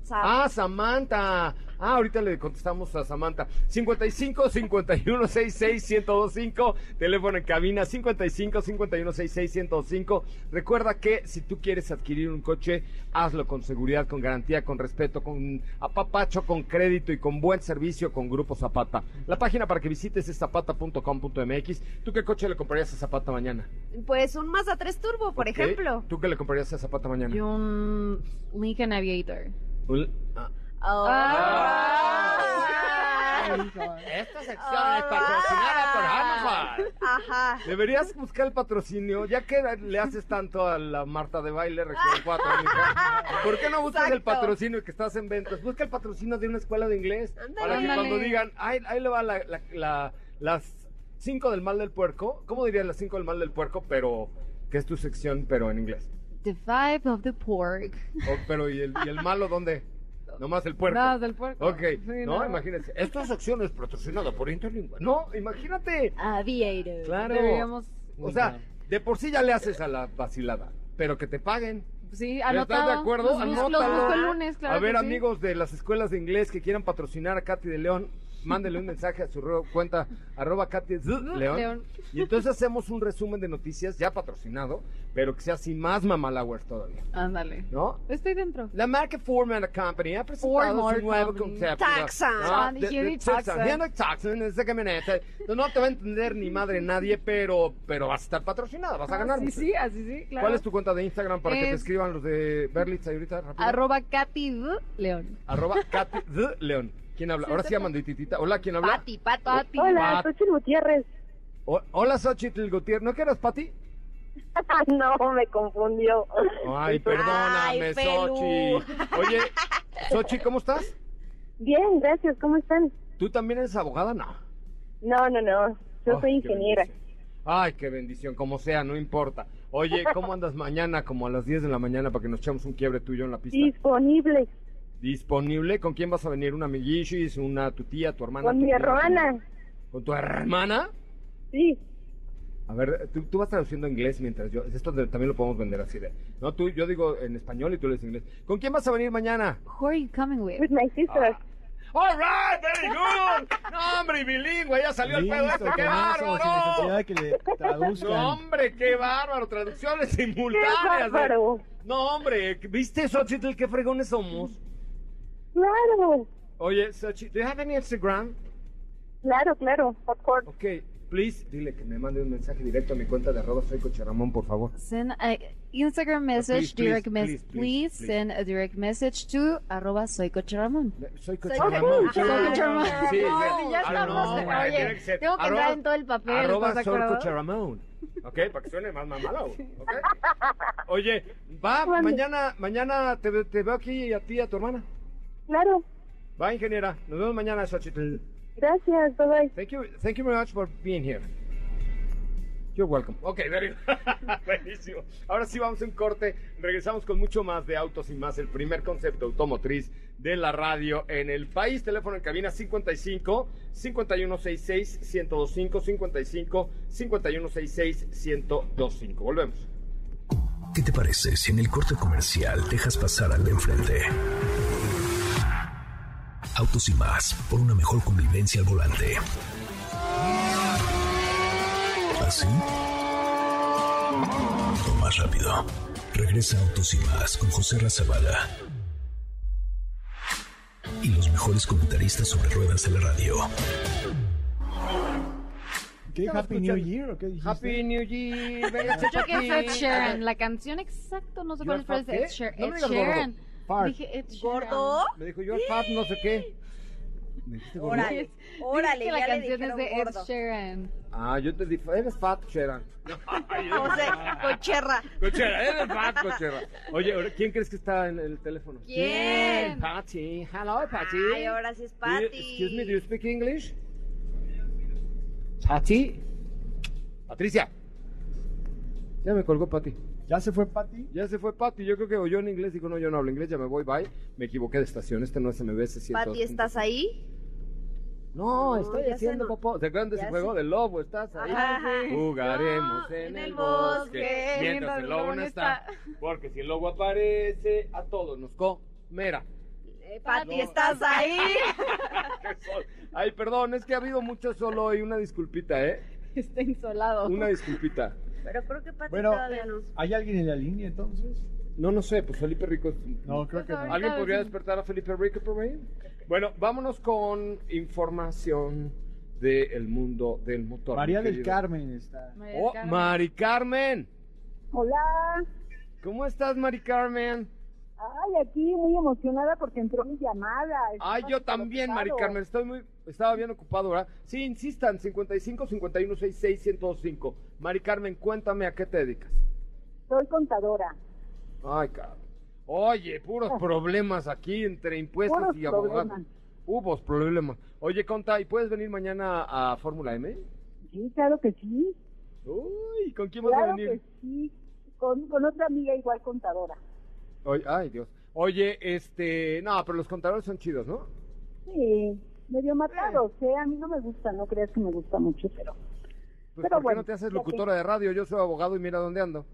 Speaker 3: O sea,
Speaker 2: Ah, Samantha. Ah, ahorita le contestamos a Samantha. 55 51 66 1025. Teléfono en cabina 55 51 66 1025. Recuerda que si tú quieres adquirir un coche, hazlo con seguridad, con garantía, con respeto, con apapacho, con crédito y con buen servicio con Grupo Zapata. La página para que visites es zapata.com.mx. ¿Tú qué coche le comprarías a Zapata mañana?
Speaker 3: pues un Mazda 3 Turbo, por
Speaker 2: ¿Ok?
Speaker 3: ejemplo.
Speaker 2: ¿Tú qué le comprarías a Zapata mañana?
Speaker 4: Y un Lincoln Aviator.
Speaker 2: Un- ah.
Speaker 3: Oh.
Speaker 4: Ah.
Speaker 2: Esta sección
Speaker 3: All
Speaker 2: es patrocinada por
Speaker 3: right.
Speaker 2: Amazon.
Speaker 3: Ajá.
Speaker 2: Deberías buscar el patrocinio, ya que le haces tanto a la Marta de baile, región 4, mijo. ¿Por qué no buscas el
Speaker 3: Exacto.
Speaker 2: patrocinio que estás en ventas? Busca el patrocinio de una escuela de inglés
Speaker 3: Ándale.
Speaker 2: para que
Speaker 4: Ándale.
Speaker 2: cuando digan, ahí, ahí le va la- la- la- las 5 del mal del puerco. ¿Cómo dirías las 5 del mal del puerco, pero que es tu sección, pero en inglés?
Speaker 4: The Vibe of the Pork.
Speaker 2: O- pero ¿y el, y el malo dónde? Nomás el puerco.
Speaker 4: Nada, del puerco.
Speaker 2: Ok,
Speaker 4: Sí,
Speaker 2: no, imagínense. Esta sección es patrocinada por Interlingua. No, imagínate.
Speaker 4: Aviator.
Speaker 2: Claro.
Speaker 4: Deberíamos.
Speaker 2: O sea, de por sí ya le haces a la vacilada, pero que te paguen.
Speaker 4: Sí, anotado.
Speaker 2: ¿Estás de acuerdo?
Speaker 4: Los, bus- los
Speaker 2: Anótalo.
Speaker 4: busco el lunes, claro.
Speaker 2: a ver,
Speaker 4: que sí.
Speaker 2: amigos de las escuelas de inglés que quieran patrocinar a Katy de León, mándenle un mensaje a su ro- cuenta arroba Katy de León.
Speaker 4: León.
Speaker 2: Y entonces hacemos un resumen de noticias ya patrocinado, pero que sea así más mamalowers todavía,
Speaker 4: Ándale.
Speaker 2: ¿no?
Speaker 4: Estoy dentro.
Speaker 2: La marca Foreman Company ha presentado
Speaker 4: Ford Motor
Speaker 2: su nuevo
Speaker 4: Company.
Speaker 2: concepto.
Speaker 3: Taxon.
Speaker 2: Ah,
Speaker 4: Son
Speaker 2: de- de-
Speaker 4: Hyundai
Speaker 2: Taxon.
Speaker 4: Taxon.
Speaker 2: Hyundai Taxon es de camioneta. No, no te va a entender ni madre nadie, pero, pero vas a estar patrocinada, vas a ganar.
Speaker 4: Ah, Sí,
Speaker 2: mucho.
Speaker 4: sí, así sí, claro.
Speaker 2: ¿Cuál es tu cuenta de Instagram para que te
Speaker 4: Es-
Speaker 2: escriban los de Berlitz ahí ahorita? rápido?
Speaker 4: Arroba Katy D. León.
Speaker 2: Arroba Katy D. León. ¿Quién habla? Ahora sí, Amandititita. Hola, ¿ xochitl
Speaker 3: Pati, Pati.
Speaker 4: Pati.
Speaker 6: Hola,
Speaker 2: Pat-
Speaker 6: soy Chil Gutiérrez.
Speaker 2: Hola, Xochitl Gutiérrez. ¿No que eras Pati?
Speaker 6: no, me confundió.
Speaker 2: Ay, perdóname,
Speaker 3: Ay, Pelú.
Speaker 2: Xochitl. Oye, Xochitl, ¿cómo estás?
Speaker 6: Bien, gracias, ¿cómo están?
Speaker 2: ¿Tú también eres abogada? No.
Speaker 6: No, no, no, yo soy
Speaker 2: Ay, Oh, qué
Speaker 6: ingeniera.
Speaker 2: bendición. Ay, qué bendición, como sea, no importa. Oye, ¿cómo andas mañana? Como a las 10 de la mañana para que nos echemos un quiebre tuyo en la pista.
Speaker 6: Disponible
Speaker 2: ¿Disponible? ¿Con quién vas a venir? ¿Una amiguishis? ¿Una tu tía, tu hermana?
Speaker 6: con
Speaker 2: tu
Speaker 6: mi
Speaker 2: prima,
Speaker 6: hermana.
Speaker 2: tu- ¿Con tu hermana?
Speaker 6: Sí,
Speaker 2: A ver, tú, tú vas traduciendo inglés mientras yo... Esto de- también lo podemos vender así de... No, tú, yo digo en español y tú lees inglés. ¿Con quién vas a venir mañana?
Speaker 4: Who are you coming with?
Speaker 6: with my
Speaker 2: Ah.
Speaker 6: sister.
Speaker 2: All right, very good. No, hombre, y bilingüe, ya salió el pedo este,
Speaker 5: Listo,
Speaker 2: qué
Speaker 5: con eso, sin necesidad
Speaker 2: bárbaro.
Speaker 5: de que le traduzcan.
Speaker 2: No, hombre, qué bárbaro, traducciones
Speaker 6: ¡Qué
Speaker 2: simultáneas. ¿eh?
Speaker 6: bárbaro!
Speaker 2: No, hombre, ¿viste, Xochitl? ¿Qué fregones somos?
Speaker 6: Claro,
Speaker 2: Oye, Xochitl, ¿do you have any Instagram?
Speaker 6: claro, claro, of course.
Speaker 2: Ok, please, dile que me mande un mensaje directo a mi cuenta de arroba soy Cocharamón, por favor.
Speaker 4: Send a Instagram
Speaker 2: please,
Speaker 4: message,
Speaker 2: please,
Speaker 4: direct message.
Speaker 2: please,
Speaker 4: Please,
Speaker 2: please, please.
Speaker 4: send a direct message to arroba soy Coche Ramón.
Speaker 2: Soy
Speaker 4: Ramón.
Speaker 2: Cocharamón.
Speaker 4: Soy Cocharamón.
Speaker 2: Sí,
Speaker 4: Ay, ya
Speaker 2: ah, no,
Speaker 4: estamos de-
Speaker 2: güey,
Speaker 4: oye,
Speaker 2: tiene que ser
Speaker 4: tengo que
Speaker 2: arroba-
Speaker 4: entrar en todo el papel.
Speaker 2: Arroba
Speaker 4: ¿estás de
Speaker 2: soy
Speaker 4: acuerdo?
Speaker 2: Cocharamón. Ok, para que suene más mamalo. ok. Oye, va, mañana, mañana te, ve- te veo aquí a ti y a tu hermana.
Speaker 6: Claro,
Speaker 2: Va, ingeniera. Nos vemos mañana, Xochitl.
Speaker 6: gracias, bye bye.
Speaker 2: Thank you, thank you very much for being here.
Speaker 5: You're welcome.
Speaker 2: Ok, very buenísimo. Ahora sí vamos a un corte. Regresamos con mucho más de Autos y Más, el primer concepto automotriz de la radio en el país. Teléfono en cabina 55 5166 1025 55 5166 1025. Volvemos.
Speaker 1: ¿Qué te parece si en el corte comercial dejas pasar al de enfrente? Autos y más, por una mejor convivencia al volante. ¿Así? O más rápido. Regresa Autos y más con José Razabala. Y los mejores comentaristas sobre ruedas de la radio.
Speaker 5: ¿Qué?
Speaker 2: Estamos
Speaker 5: ¿Happy New
Speaker 2: escuchando.
Speaker 5: Year o qué dijiste?
Speaker 2: Happy New Year. venga,
Speaker 4: Creo que es Ed
Speaker 2: Chapín.
Speaker 4: Sheeran, la canción exacto, no sé cuál
Speaker 2: You're
Speaker 4: fue,
Speaker 2: fat,
Speaker 4: es Ed
Speaker 2: ¿qué?
Speaker 4: Sheer-
Speaker 2: No me
Speaker 4: Ed
Speaker 2: digas gordo.
Speaker 4: Sheeran.
Speaker 5: Fart.
Speaker 4: Dije Ed Sheeran.
Speaker 3: ¿Gordo?
Speaker 5: Me dijo, yo fat, no sé qué. ¿Me dijiste gordo?
Speaker 3: Órale, órale,
Speaker 4: Dije
Speaker 3: ya
Speaker 4: que la
Speaker 3: le
Speaker 4: canción es
Speaker 3: dijeron
Speaker 4: de
Speaker 3: gordo.
Speaker 4: Ed Sheeran.
Speaker 2: Ah, yo te dije, eres fat, Sheran.
Speaker 3: No sé, cocherra.
Speaker 2: Cochera, eres fat, cochera. Oye, ahora, ¿quién crees que está en el teléfono?
Speaker 3: ¿Quién?
Speaker 2: Patty. Hello, Patty.
Speaker 3: Ay, ahora sí es
Speaker 2: Do you-
Speaker 3: Patty.
Speaker 2: Excuse me, do you speak English? Patty. Patricia. Ya me colgó Patty.
Speaker 5: ¿Ya se fue Patty?
Speaker 2: Ya se fue Patty. Yo creo que oyó en inglés. Dijo, no, yo no hablo inglés. Ya me voy, bye. Me equivoqué de estación. Este no es MBS. 102.
Speaker 3: Pati, ¿estás ahí?
Speaker 2: No,
Speaker 3: No,
Speaker 2: estoy
Speaker 3: ya se
Speaker 2: haciendo
Speaker 3: no-
Speaker 2: popó. ¿Te acuerdan de
Speaker 3: ya
Speaker 2: ese juego
Speaker 3: se-
Speaker 2: del lobo? ¿Estás ahí?
Speaker 3: Ajá.
Speaker 2: Jugaremos
Speaker 3: No,
Speaker 2: en el bosque mientras el lobo no está. Porque si el lobo aparece, a todos nos comera.
Speaker 3: Eh, Pati, ¿estás ahí?
Speaker 2: Ay, perdón, es que ha habido mucho solo hoy. Una disculpita, ¿eh?
Speaker 4: Está insolado.
Speaker 2: Una disculpita.
Speaker 3: Pero creo que Pati
Speaker 5: Bueno,
Speaker 3: todavía no.
Speaker 5: ¿Hay alguien en la línea entonces?
Speaker 2: No, no sé, pues Felipe Rico. es-
Speaker 5: No,
Speaker 3: Pues
Speaker 5: creo que no.
Speaker 2: ¿Alguien
Speaker 4: Ahorita
Speaker 2: podría
Speaker 4: ves-
Speaker 2: despertar a Felipe Rico por ahí? Bueno, vámonos con información del mundo del motor.
Speaker 5: María
Speaker 2: mi
Speaker 5: del
Speaker 2: querido.
Speaker 5: Carmen está.
Speaker 4: María del
Speaker 2: Oh,
Speaker 4: Carmen.
Speaker 2: Mari Carmen.
Speaker 8: Hola.
Speaker 2: ¿Cómo estás, Mari Carmen?
Speaker 8: Ay, aquí muy emocionada porque entró mi llamada.
Speaker 2: Ay, yo también, Mari Carmen, estoy muy, estaba bien ocupado, ¿verdad? Sí, insistan, 55 51 66 105. Mari Carmen, cuéntame a qué te dedicas.
Speaker 8: Soy contadora.
Speaker 2: Ay, cabrón. Oye, puros problemas aquí entre impuestos
Speaker 8: Ah. Puros
Speaker 2: y abogados.
Speaker 8: problemas.
Speaker 2: Hubo problemas. Oye, Conta, ¿y puedes venir mañana a Fórmula M?
Speaker 8: Sí, claro que sí.
Speaker 2: Uy, ¿con quién vas a
Speaker 8: Claro
Speaker 2: venir?
Speaker 8: que sí. Con, con otra amiga igual contadora.
Speaker 2: Oye, ay, Dios. Oye, este, no, pero los contadores son chidos, ¿no?
Speaker 8: Sí, medio matados, ¿eh? A mí no me gusta, no creas que me gusta mucho, pero...
Speaker 2: Pues,
Speaker 8: Pero
Speaker 2: ¿por qué
Speaker 8: bueno,
Speaker 2: no te haces
Speaker 8: ya
Speaker 2: locutora de radio? Yo soy abogado y mira dónde ando.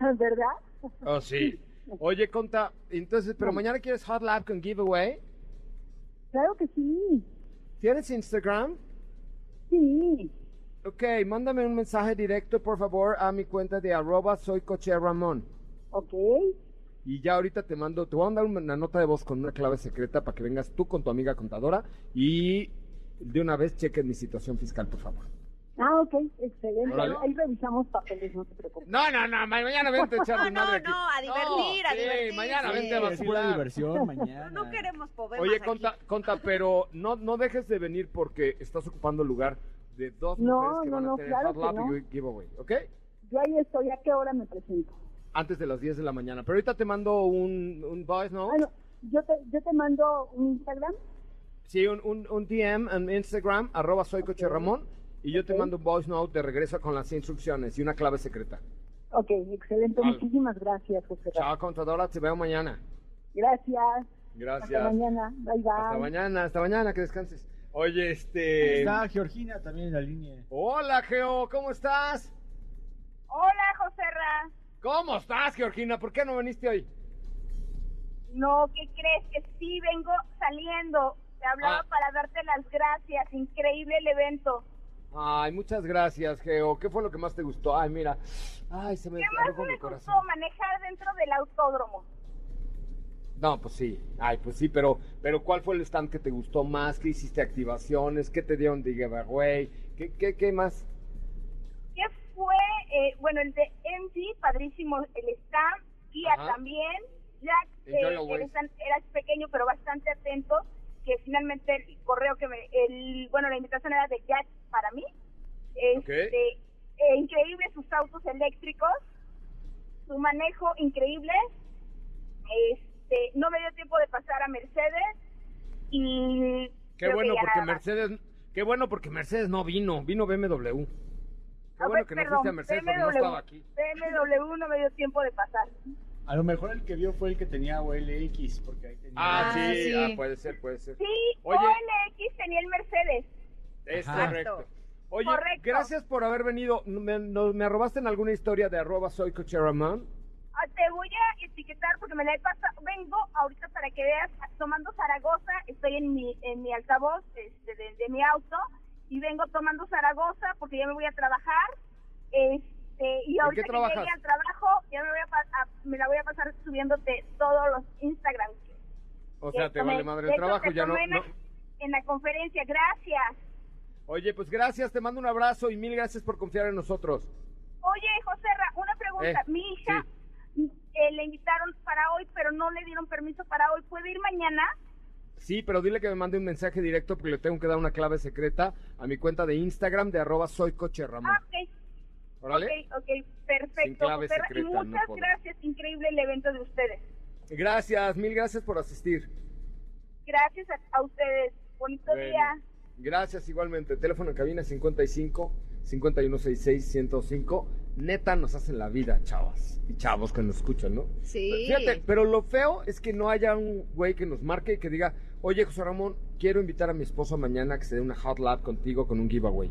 Speaker 8: ¿Verdad?
Speaker 2: Oh, sí. Oye, Conta, entonces, pero mañana quieres Hot Lab con giveaway.
Speaker 8: Claro que sí,
Speaker 2: ¿Tienes Instagram?
Speaker 8: sí.
Speaker 2: Ok, mándame un mensaje directo, por favor, a mi cuenta de arroba soy Ramón.
Speaker 8: Ok,
Speaker 2: Y ya ahorita te mando, te voy a mandar una nota de voz con una clave secreta para que vengas tú con tu amiga contadora y de una vez cheques mi situación fiscal, por favor.
Speaker 8: ah, ok, excelente.
Speaker 2: Órale.
Speaker 8: Ahí revisamos papeles, no te preocupes.
Speaker 2: No, no, no, ma- mañana vente a echar
Speaker 3: No,
Speaker 2: tu
Speaker 3: no,
Speaker 2: madre aquí.
Speaker 3: no, a divertir, a
Speaker 2: sí,
Speaker 3: divertirse.
Speaker 2: mañana vente a
Speaker 3: Sí,
Speaker 5: Es pura
Speaker 2: vacilar.
Speaker 5: diversión mañana.
Speaker 3: No queremos problemas
Speaker 2: Oye,
Speaker 3: aquí.
Speaker 2: conta, conta, pero no, no dejes de venir porque estás ocupando el lugar de dos
Speaker 8: No,
Speaker 2: mujeres que
Speaker 8: no,
Speaker 2: van a
Speaker 8: no,
Speaker 2: tener
Speaker 8: claro
Speaker 2: Hot Lap
Speaker 8: que no.
Speaker 2: y Giveaway, ¿ok?
Speaker 8: Yo ahí estoy, ¿a qué hora me presento?
Speaker 2: Antes de las 10 de la mañana. Pero ahorita te mando un, un voice, ¿no?
Speaker 8: Ah, no, yo te, yo te mando un Instagram.
Speaker 2: Sí, un, un, un DM en Instagram, arroba soy Coche Ramón, y yo te
Speaker 8: Ok.
Speaker 2: mando un voice note de regreso con las instrucciones y una clave secreta.
Speaker 8: Ok, excelente.
Speaker 2: Vale.
Speaker 8: Muchísimas gracias, José. Ra.
Speaker 2: Chao, contadora, te veo mañana.
Speaker 8: Gracias.
Speaker 2: Gracias.
Speaker 8: Hasta mañana. Bye, bye.
Speaker 2: Hasta mañana, hasta mañana, que descanses. Oye, este...
Speaker 5: Está Georgina también en la línea.
Speaker 2: Hola, Geo, ¿cómo estás?
Speaker 8: Hola, Joserra.
Speaker 2: ¿Cómo estás, Georgina? ¿Por qué no viniste hoy?
Speaker 8: No, ¿qué crees? Que sí, vengo saliendo. Te
Speaker 2: hablaba Ah.
Speaker 8: para darte las gracias. Increíble el evento.
Speaker 2: Ay, muchas gracias, Geo. ¿Qué fue lo que más te gustó? Ay, mira. Ay, se me
Speaker 8: ¿Qué más
Speaker 2: desgarró mi
Speaker 8: me
Speaker 2: corazón.
Speaker 8: gustó manejar dentro del autódromo?
Speaker 2: No, pues sí. Ay, pues sí, pero, pero ¿cuál fue el stand que te gustó más? ¿Qué hiciste activaciones? ¿Qué te dieron de giveaway? ¿Qué, qué, qué más?
Speaker 8: ¿Qué fue? Eh, bueno, el de MG, padrísimo, el stand, Kia
Speaker 2: Ajá.
Speaker 8: también, Jack,
Speaker 2: El
Speaker 8: eh,
Speaker 2: Yolo
Speaker 8: el
Speaker 2: Waze.
Speaker 8: stand era pequeño pero bastante atento, que finalmente el correo que me, el, bueno, la invitación era de Jack para mí. Este, eh, increíble sus autos eléctricos, su manejo increíble. Este, no me dio tiempo de pasar a Mercedes y
Speaker 2: Qué
Speaker 8: creo que
Speaker 2: bueno
Speaker 8: ya
Speaker 2: porque
Speaker 8: nada más.
Speaker 2: Mercedes, qué bueno porque Mercedes no vino, vino BMW. Qué
Speaker 8: Ah,
Speaker 2: bueno
Speaker 8: pues
Speaker 2: que no fuiste a Mercedes porque no estaba aquí.
Speaker 8: BMW no me dio tiempo de pasar.
Speaker 5: A lo mejor el que vio fue el que tenía OLX, porque ahí tenía.
Speaker 2: Ah, sí, ah, puede ser, puede ser.
Speaker 8: Sí,
Speaker 2: Oye.
Speaker 8: OLX tenía el Mercedes.
Speaker 2: Es
Speaker 5: Ajá.
Speaker 2: correcto. Oye,
Speaker 8: Correcto.
Speaker 2: gracias por haber venido. ¿Me, no- me arrobaste en alguna historia de arroba soy cocheramán?
Speaker 8: Ah, Te voy a etiquetar porque me la he pasado. Vengo ahorita para que veas, tomando Zaragoza, estoy en mi, en mi altavoz este, de, de mi auto y vengo tomando Zaragoza porque ya me voy a trabajar. Este, y
Speaker 2: ¿En
Speaker 8: ahorita
Speaker 2: qué
Speaker 8: que
Speaker 2: trabajas?
Speaker 8: llegue al trabajo, ya me, voy a, pa- a- me la voy a pasar subiéndote todos los Instagram.
Speaker 2: O
Speaker 8: que
Speaker 2: sea, te
Speaker 8: tomé.
Speaker 2: vale madre
Speaker 8: De
Speaker 2: el
Speaker 8: hecho,
Speaker 2: trabajo,
Speaker 8: te
Speaker 2: ya no,
Speaker 8: tomé en la-
Speaker 2: no-
Speaker 8: En la conferencia, gracias.
Speaker 2: Oye, pues gracias, te mando un abrazo y mil gracias por confiar en nosotros.
Speaker 8: Oye, José, una pregunta.
Speaker 2: Eh,
Speaker 8: Mi hija eh, le invitaron para hoy, pero no le dieron permiso para hoy. ¿Puede ir mañana?
Speaker 2: Sí, pero dile que me mande un mensaje directo porque le tengo que dar una clave secreta a mi cuenta de Instagram de arroba soy cocheramón.
Speaker 8: Ah, ok.
Speaker 2: ¿Órale?
Speaker 8: Ok, ok, perfecto.
Speaker 2: Sin clave
Speaker 8: Joserra, y
Speaker 2: secreta, no
Speaker 8: muchas
Speaker 2: podrá.
Speaker 8: gracias, increíble el evento de ustedes.
Speaker 2: Gracias, mil gracias por asistir.
Speaker 8: Gracias a, a ustedes. Bonito
Speaker 2: Bueno.
Speaker 8: día.
Speaker 2: Gracias igualmente. Teléfono en cabina 55 5166 105. Neta nos hacen la vida, chavas y chavos que nos escuchan, ¿no?
Speaker 3: Sí.
Speaker 2: Fíjate, pero lo feo es que no haya un güey que nos marque y que diga, oye José Ramón, quiero invitar a mi esposo mañana a que se dé una hot lab contigo con un giveaway.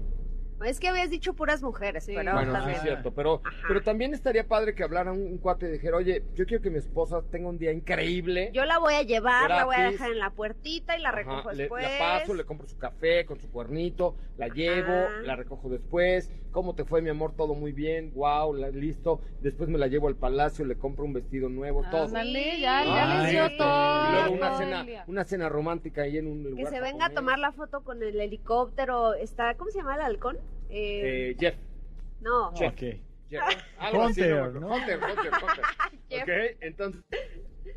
Speaker 3: Es que habías dicho puras mujeres, pero
Speaker 2: bueno, sí
Speaker 3: también.
Speaker 2: es cierto, pero, pero también estaría padre que hablara un, un cuate y dijera, oye, yo quiero que mi esposa tenga un día increíble.
Speaker 3: Yo la voy a llevar, la voy a
Speaker 2: Gratis.
Speaker 3: dejar en la puertita y la
Speaker 2: Ajá,
Speaker 3: recojo
Speaker 2: le-
Speaker 3: después.
Speaker 2: la paso, le compro su café con su cuernito, la llevo,
Speaker 3: Ajá.
Speaker 2: la recojo después. ¿Cómo te fue, mi amor? Todo muy bien, wow, la- listo. Después me la llevo al palacio, le compro un vestido nuevo, todo.
Speaker 4: Ándale, ya, ya
Speaker 2: Ah,
Speaker 4: les dio
Speaker 2: listo.
Speaker 4: todo.
Speaker 2: Y luego una
Speaker 4: todo el
Speaker 2: cena,
Speaker 4: día.
Speaker 2: una cena romántica ahí en un lugar.
Speaker 3: Que se venga a
Speaker 2: japonés.
Speaker 3: tomar la foto con el helicóptero. Está, ¿cómo se llama el halcón? Eh,
Speaker 2: Eh, Jeff.
Speaker 3: no,
Speaker 2: Jeff.
Speaker 5: Ok.
Speaker 2: Jeff. Algo así, no me
Speaker 5: Hunter,
Speaker 2: acuerdo.
Speaker 5: ¿no?
Speaker 2: Hunter, Hunter, Hunter.
Speaker 3: Ah. Jeff.
Speaker 2: Ok, entonces,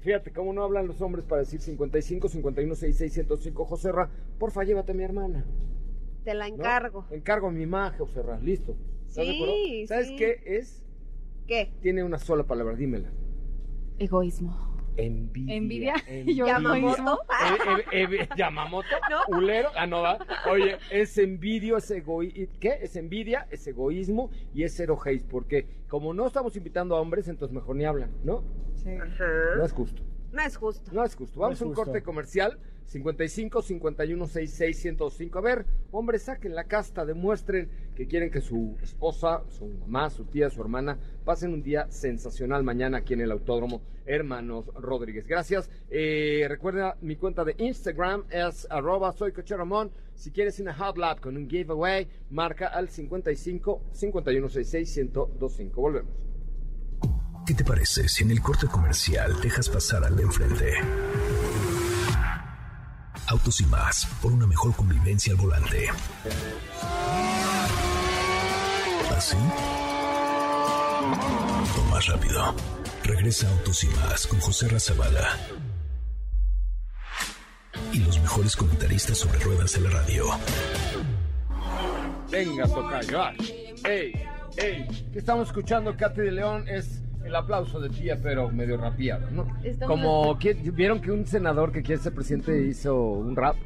Speaker 2: fíjate cómo no hablan los hombres para decir 55, 51, 66, 105, Joserra, porfa, llévate a mi hermana.
Speaker 3: te la
Speaker 2: ¿no?
Speaker 3: encargo.
Speaker 2: Encargo a mi magia, Joserra, listo. ¿Estás de acuerdo?
Speaker 3: Sí,
Speaker 2: ¿Sabes
Speaker 3: sí.
Speaker 2: qué es?
Speaker 3: ¿Qué?
Speaker 2: Tiene una sola palabra, dímela.
Speaker 4: Egoísmo.
Speaker 2: Envidia.
Speaker 4: Envidia.
Speaker 2: envidia.
Speaker 4: Yo
Speaker 3: ¿Yamamoto?
Speaker 2: Eh, eh, eh, Yamamoto,
Speaker 3: ¿No?
Speaker 2: Ulero, ah, no va. Oye, es envidio, es egoísmo. ¿Qué? Es envidia, es egoísmo y es cero hate. Porque como no estamos invitando a hombres, entonces mejor ni hablan, ¿no? No
Speaker 3: Ajá.
Speaker 2: es justo.
Speaker 3: No es justo.
Speaker 2: No es justo.
Speaker 5: No
Speaker 2: Vamos
Speaker 5: es
Speaker 2: a un
Speaker 5: justo.
Speaker 2: corte comercial. 55 51 66 105. A ver, hombres, saquen la casta, demuestren que quieren que su esposa, su mamá, su tía, su hermana pasen un día sensacional mañana aquí en el Autódromo Hermanos Rodríguez. Gracias. Eh, recuerda, mi cuenta de Instagram es arroba soy Ramón. Si quieres una Hot Lab con un giveaway, marca al 55 51 66 1025. Volvemos.
Speaker 1: ¿Qué te parece si en el corte comercial dejas pasar al de enfrente? Autos y más, por una mejor convivencia al volante. ¿Así? O más rápido. Regresa Autos y más con José Razabala. Y los mejores comentaristas sobre ruedas en la radio.
Speaker 2: Venga, tocayo. ah. Ey, ey. ¿Qué estamos escuchando, Katy de León? Es el aplauso de tía, pero medio rapeado, ¿no?
Speaker 4: Estamos-
Speaker 2: Como, ¿quién- ¿vieron que un senador que quiere ser presidente hizo un rap?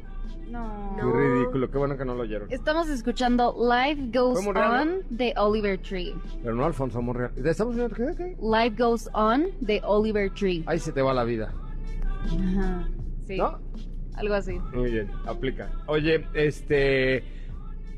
Speaker 4: No.
Speaker 2: Qué
Speaker 3: No.
Speaker 2: ridículo, qué bueno que no lo oyeron.
Speaker 4: Estamos escuchando Life Goes
Speaker 2: ¿Cómo, Rihanna?
Speaker 4: On de Oliver Tree.
Speaker 2: Pero no Alfonso Monreal. ¿Estamos viendo qué? qué?
Speaker 4: Life Goes On de Oliver Tree.
Speaker 2: Ahí se te va la vida,
Speaker 4: Ajá. Sí,
Speaker 2: ¿no?
Speaker 4: algo así.
Speaker 2: Muy bien, aplica. Oye, este...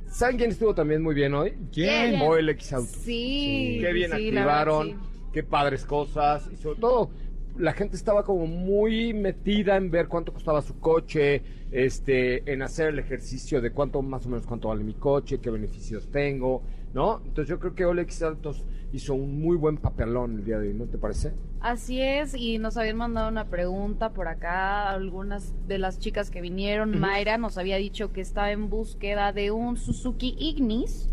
Speaker 2: ¿Saben quién estuvo también muy bien hoy?
Speaker 4: ¿Quién?
Speaker 2: Hoy X Auto.
Speaker 4: Sí.
Speaker 2: Qué bien
Speaker 4: sí, la verdad,
Speaker 2: activaron,
Speaker 4: sí.
Speaker 2: qué padres cosas. Y sobre todo, la gente estaba como muy metida en ver cuánto costaba su coche, este, en hacer el ejercicio de cuánto más o menos cuánto vale mi coche, qué beneficios tengo, ¿no? Entonces yo creo que Olex Santos hizo un muy buen papelón el día de hoy, ¿no te parece?
Speaker 4: Así es, y nos habían mandado una pregunta por acá. Algunas de las chicas que vinieron, Mayra nos había dicho que estaba en búsqueda de un Suzuki Ignis,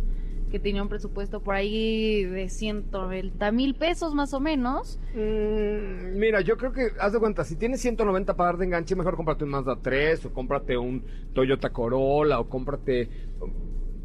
Speaker 4: que tenía un presupuesto por ahí de 190 mil pesos más o menos.
Speaker 2: Mm, mira, yo creo que, haz de cuenta, si tienes 190 para dar de enganche, mejor cómprate un Mazda 3 o cómprate un Toyota Corolla o cómprate...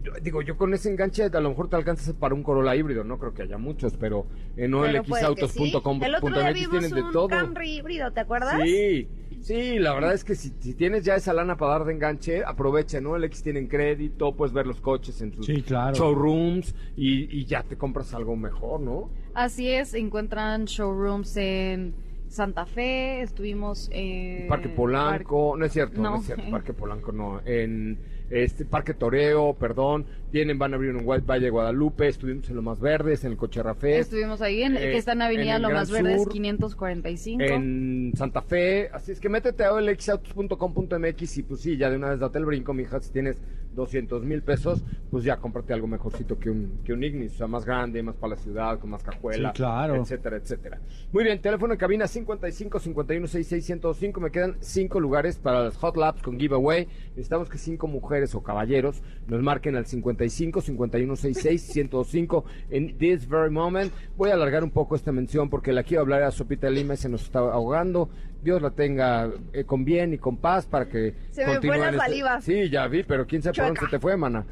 Speaker 2: yo- Digo, yo con ese enganche a lo mejor te alcanzas para un Corolla híbrido, no creo que haya muchos, pero en
Speaker 3: Pero puede que sí.
Speaker 2: olxautos.com.mx
Speaker 3: El otro día
Speaker 2: tienen
Speaker 3: vimos
Speaker 2: de
Speaker 3: un
Speaker 2: todo.
Speaker 3: Camry híbrido, ¿te acuerdas?
Speaker 2: Sí, Sí, la verdad es que si, si tienes ya esa lana para dar de enganche, aprovecha, ¿no? El X tienen crédito, puedes ver los coches en tus
Speaker 5: Sí, claro.
Speaker 2: showrooms y, y ya te compras algo mejor, ¿no?
Speaker 4: Así es, encuentran showrooms en Santa Fe, estuvimos en...
Speaker 2: Parque Polanco, no es cierto, no.
Speaker 4: Eh, no.
Speaker 2: es cierto, Parque Polanco no, en este Parque Toreo, perdón, tienen, van a abrir en White Valle de Guadalupe, estuvimos en Lo Más Verdes, en el Cocherra Fest,
Speaker 4: Estuvimos ahí, en,
Speaker 2: Eh,
Speaker 4: que está en
Speaker 2: en
Speaker 4: Avenida
Speaker 2: el
Speaker 4: Lo Más
Speaker 2: Gran
Speaker 4: Verdes
Speaker 2: Sur,
Speaker 4: 545.
Speaker 2: en Santa Fe, así es que métete a olxautos.com.mx y pues sí, ya de una vez date el brinco, mija, si tienes 200 mil pesos, pues ya cómprate algo mejorcito que un, que un Ignis, o sea, más grande, más para la ciudad, con más cajuela,
Speaker 5: Sí, claro.
Speaker 2: etcétera, etcétera. Muy bien, teléfono en cabina 55 51 66 105. Me quedan cinco lugares para las Hot Labs con giveaway. Necesitamos que cinco mujeres o caballeros nos marquen al 55 51 66 105 en this very moment. Voy a alargar un poco esta mención porque la quiero hablar a Sopita Lima y se nos está ahogando. Dios la tenga eh, con bien y con paz para que
Speaker 3: Se me fue
Speaker 2: continúen
Speaker 3: la
Speaker 2: este-
Speaker 3: saliva.
Speaker 2: Sí, ya vi, pero quién sabe por dónde
Speaker 3: Chueca.
Speaker 2: se te fue, mana.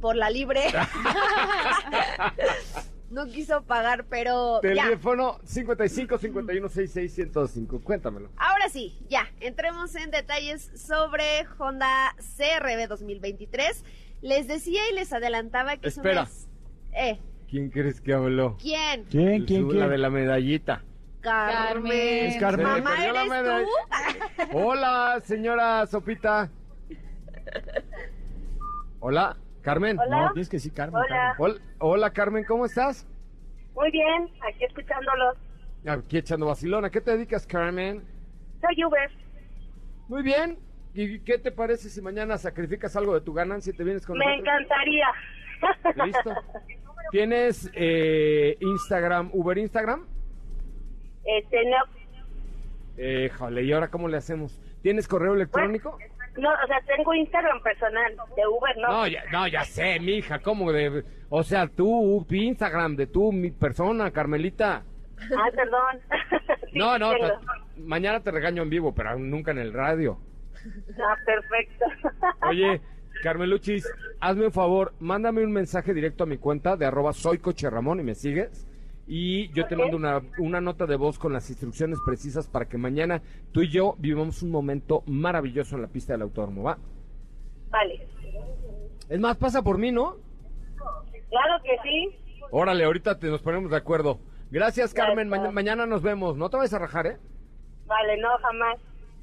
Speaker 3: por la libre. no quiso pagar, pero ya.
Speaker 2: Teléfono 55 51 66 105. Cuéntamelo.
Speaker 3: Ahora sí, ya, entremos en detalles sobre Honda CRB 2023. Les decía y les adelantaba que
Speaker 2: Espera.
Speaker 3: es una... Eh,
Speaker 2: ¿Quién crees que habló?
Speaker 3: ¿quién?
Speaker 5: ¿Quién, quién,
Speaker 2: Pues La de
Speaker 5: quién?
Speaker 2: la medallita.
Speaker 3: Carmen.
Speaker 4: Carmen. Es
Speaker 5: Carmen.
Speaker 3: Mamá,
Speaker 2: Se le perdió la
Speaker 3: ¿eres
Speaker 2: medall- Hola, señora Sopita. Hola, Carmen.
Speaker 5: No,
Speaker 8: Hola,
Speaker 5: tienes que sí, Carmen.
Speaker 8: Hola.
Speaker 2: Hol- Hola, Carmen, ¿cómo estás?
Speaker 8: muy bien, aquí escuchándolos.
Speaker 2: Aquí echando vacilona. ¿Qué te dedicas, Carmen?
Speaker 8: Soy Uber.
Speaker 2: Muy bien. ¿Y qué te parece si mañana sacrificas algo de tu ganancia y te vienes con
Speaker 8: Me
Speaker 2: nosotros?
Speaker 8: encantaría.
Speaker 2: Listo. ¿Tienes eh, Instagram, Uber Instagram?
Speaker 8: Este, no,
Speaker 2: Eh, jole, ¿y ahora cómo le hacemos? ¿Tienes correo electrónico?
Speaker 8: no, o sea, tengo Instagram personal de Uber, no.
Speaker 2: No, ya, no, ya sé, mija, ¿cómo de...? O sea, tú, tu Instagram, de tú, mi persona, Carmelita.
Speaker 8: Ah, perdón. Sí,
Speaker 2: no, no,
Speaker 8: tengo.
Speaker 2: ta- mañana te regaño en vivo, pero nunca en el radio.
Speaker 8: Ah, perfecto.
Speaker 2: Oye, Carmeluchis, hazme un favor, mándame un mensaje directo a mi cuenta de arroba soycocherramón y me sigues. Y yo te mando una, una nota de voz con las instrucciones precisas para que mañana tú y yo vivamos un momento maravilloso en la pista del autódromo, ¿va?
Speaker 8: Vale.
Speaker 2: Es más, pasa por mí, ¿no?
Speaker 8: Claro que sí.
Speaker 2: Órale, ahorita te nos ponemos de acuerdo. Gracias, Carmen.
Speaker 8: Gracias.
Speaker 2: maña- mañana nos vemos. No te vayas a rajar, ¿eh?
Speaker 8: Vale, no, jamás.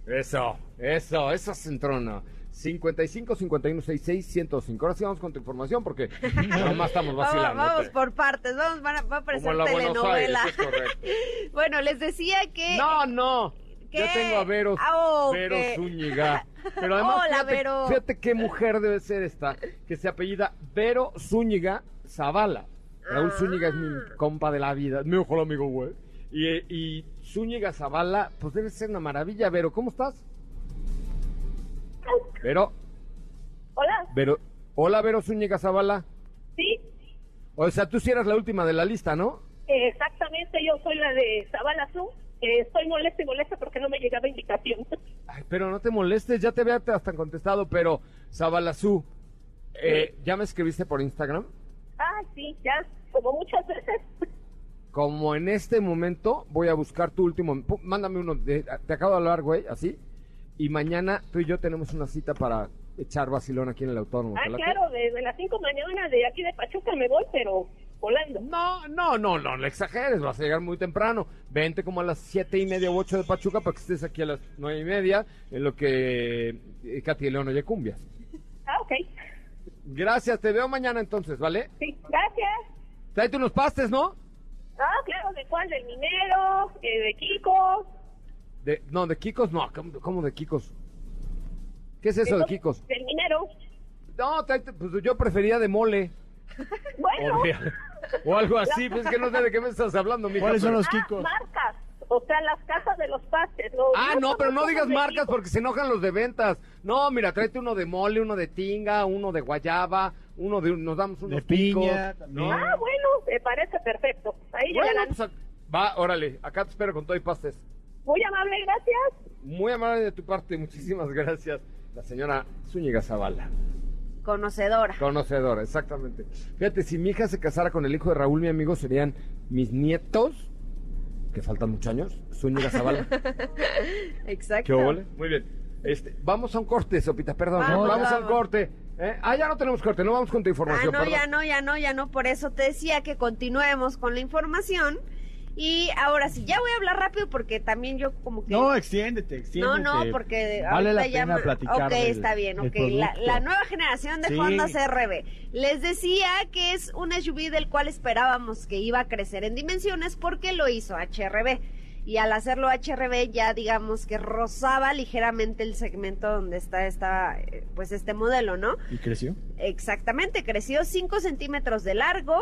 Speaker 2: Eso, eso, eso es entrona. 55 51 66 105. Ahora sí vamos con tu información porque nomás estamos
Speaker 3: Vamos,
Speaker 2: vacilando.
Speaker 3: vamos por partes, vamos, van a- va
Speaker 2: Como
Speaker 3: a aparecer
Speaker 2: en la Buenos Aires,
Speaker 3: telenovela.
Speaker 2: es correcto.
Speaker 3: bueno, les decía que...
Speaker 2: No, no.
Speaker 3: ¿Qué?
Speaker 2: Yo tengo a Vero,
Speaker 3: Ah, ok.
Speaker 2: Vero Zúñiga. Pero además,
Speaker 3: Hola,
Speaker 2: fíjate,
Speaker 3: Vero.
Speaker 2: fíjate qué mujer debe ser esta, que se apellida Vero Zúñiga Zavala. Raúl
Speaker 3: Ah.
Speaker 2: Zúñiga es mi compa de la vida, es mi mejor amigo, güey. Y, eh, y Zúñiga Zavala, pues debe ser una maravilla, Vero. ¿Cómo estás? Vero,
Speaker 8: Hola,
Speaker 2: Vero. Hola, Vero Zúñiga Zavala.
Speaker 8: sí,
Speaker 2: O sea, tú sí eras la última de la lista, ¿no?
Speaker 8: eh, exactamente, yo soy la de Zavala Sur. Eh, estoy molesta y molesta porque no me llegaba invitación.
Speaker 2: Ay, pero no te molestes, ya te había hasta contestado, pero Zabalazú, eh, ¿ya me escribiste por Instagram?
Speaker 8: Ah, sí, ya, como muchas veces.
Speaker 2: Como en este momento voy a buscar tu último, pu- mándame uno, de- te acabo de hablar, güey, así, y mañana tú y yo tenemos una cita para echar vacilón aquí en el autónomo.
Speaker 8: Ah,
Speaker 2: ¿te late?
Speaker 8: claro, desde las 5 de mañana de aquí de Pachuca me voy, pero volando.
Speaker 2: No, no, no, no, le exageres, vas a llegar muy temprano. Vente como a las siete y media u ocho de Pachuca para que estés aquí a las nueve y media, en lo que eh, Katy León oye cumbias.
Speaker 8: Ah, ok.
Speaker 2: Gracias, te veo mañana entonces, ¿vale?
Speaker 8: Sí, gracias.
Speaker 2: Tráete unos pastes, ¿no?
Speaker 8: Ah, claro, ¿de cuál? Del minero, eh, de Kiko.
Speaker 2: De, no, de Kikos no, ¿cómo, cómo de Kikos? ¿Qué es eso de Kikos?
Speaker 8: Del minero.
Speaker 2: No, tráete, pues yo prefería de mole.
Speaker 8: Bueno, ah,
Speaker 2: O, de- o algo así, pues es que no sé de qué me estás hablando, mija.
Speaker 5: ¿Cuáles son
Speaker 2: pero-
Speaker 5: los
Speaker 8: ah,
Speaker 5: Kikos?
Speaker 8: marcas. O sea, las casas de los pastes. los-
Speaker 2: Ah, no, pero no
Speaker 8: somos
Speaker 2: digas
Speaker 8: de
Speaker 2: marcas
Speaker 8: Kiko.
Speaker 2: porque se enojan los de ventas. No, mira, tráete uno de mole, uno de tinga, uno de guayaba, uno de... Nos damos unos
Speaker 5: De piña
Speaker 2: Kikos,
Speaker 5: también.
Speaker 2: ¿no?
Speaker 8: Ah, bueno, me parece perfecto. Ahí
Speaker 2: Bueno,
Speaker 8: llegarán.
Speaker 2: pues ac- va, órale, acá te espero con todo y pastes.
Speaker 8: Muy amable, gracias.
Speaker 2: Muy amable de tu parte, muchísimas gracias. La señora Zúñiga Zavala.
Speaker 3: Conocedora.
Speaker 2: Conocedora, exactamente. Fíjate, si mi hija se casara con el hijo de Raúl, mi amigo, serían mis nietos. que faltan muchos años, Zúñiga Zavala.
Speaker 3: Exacto.
Speaker 2: ¿Qué ole? Muy bien. Este, vamos a un corte, Sopita, perdón.
Speaker 3: Vamos,
Speaker 2: Vamos, al
Speaker 3: vamos.
Speaker 2: corte. ¿eh? Ah, ya no tenemos corte, no vamos con tu
Speaker 3: Ah,
Speaker 2: información.
Speaker 3: no,
Speaker 2: perdón.
Speaker 3: ya no, ya no, ya no. Por eso te decía que continuemos con la información. Y ahora sí, ya voy a hablar rápido porque también yo como que...
Speaker 5: No, extiéndete, extiéndete.
Speaker 3: No, no, porque
Speaker 5: vale la
Speaker 3: ahorita ya
Speaker 5: pena
Speaker 3: ma-
Speaker 5: platicar.
Speaker 3: Ok,
Speaker 5: del-
Speaker 3: está bien,
Speaker 5: del
Speaker 3: ok. La,
Speaker 5: producto.
Speaker 3: la nueva generación de
Speaker 5: Sí.
Speaker 3: Honda CRB. Les decía que es un SUV del cual esperábamos que iba a crecer en dimensiones porque lo hizo HRB. Y al hacerlo HRB ya digamos que rozaba ligeramente el segmento donde está esta, eh, pues este modelo, ¿no?
Speaker 5: ¿Y creció?
Speaker 3: Exactamente, creció 5 centímetros de largo.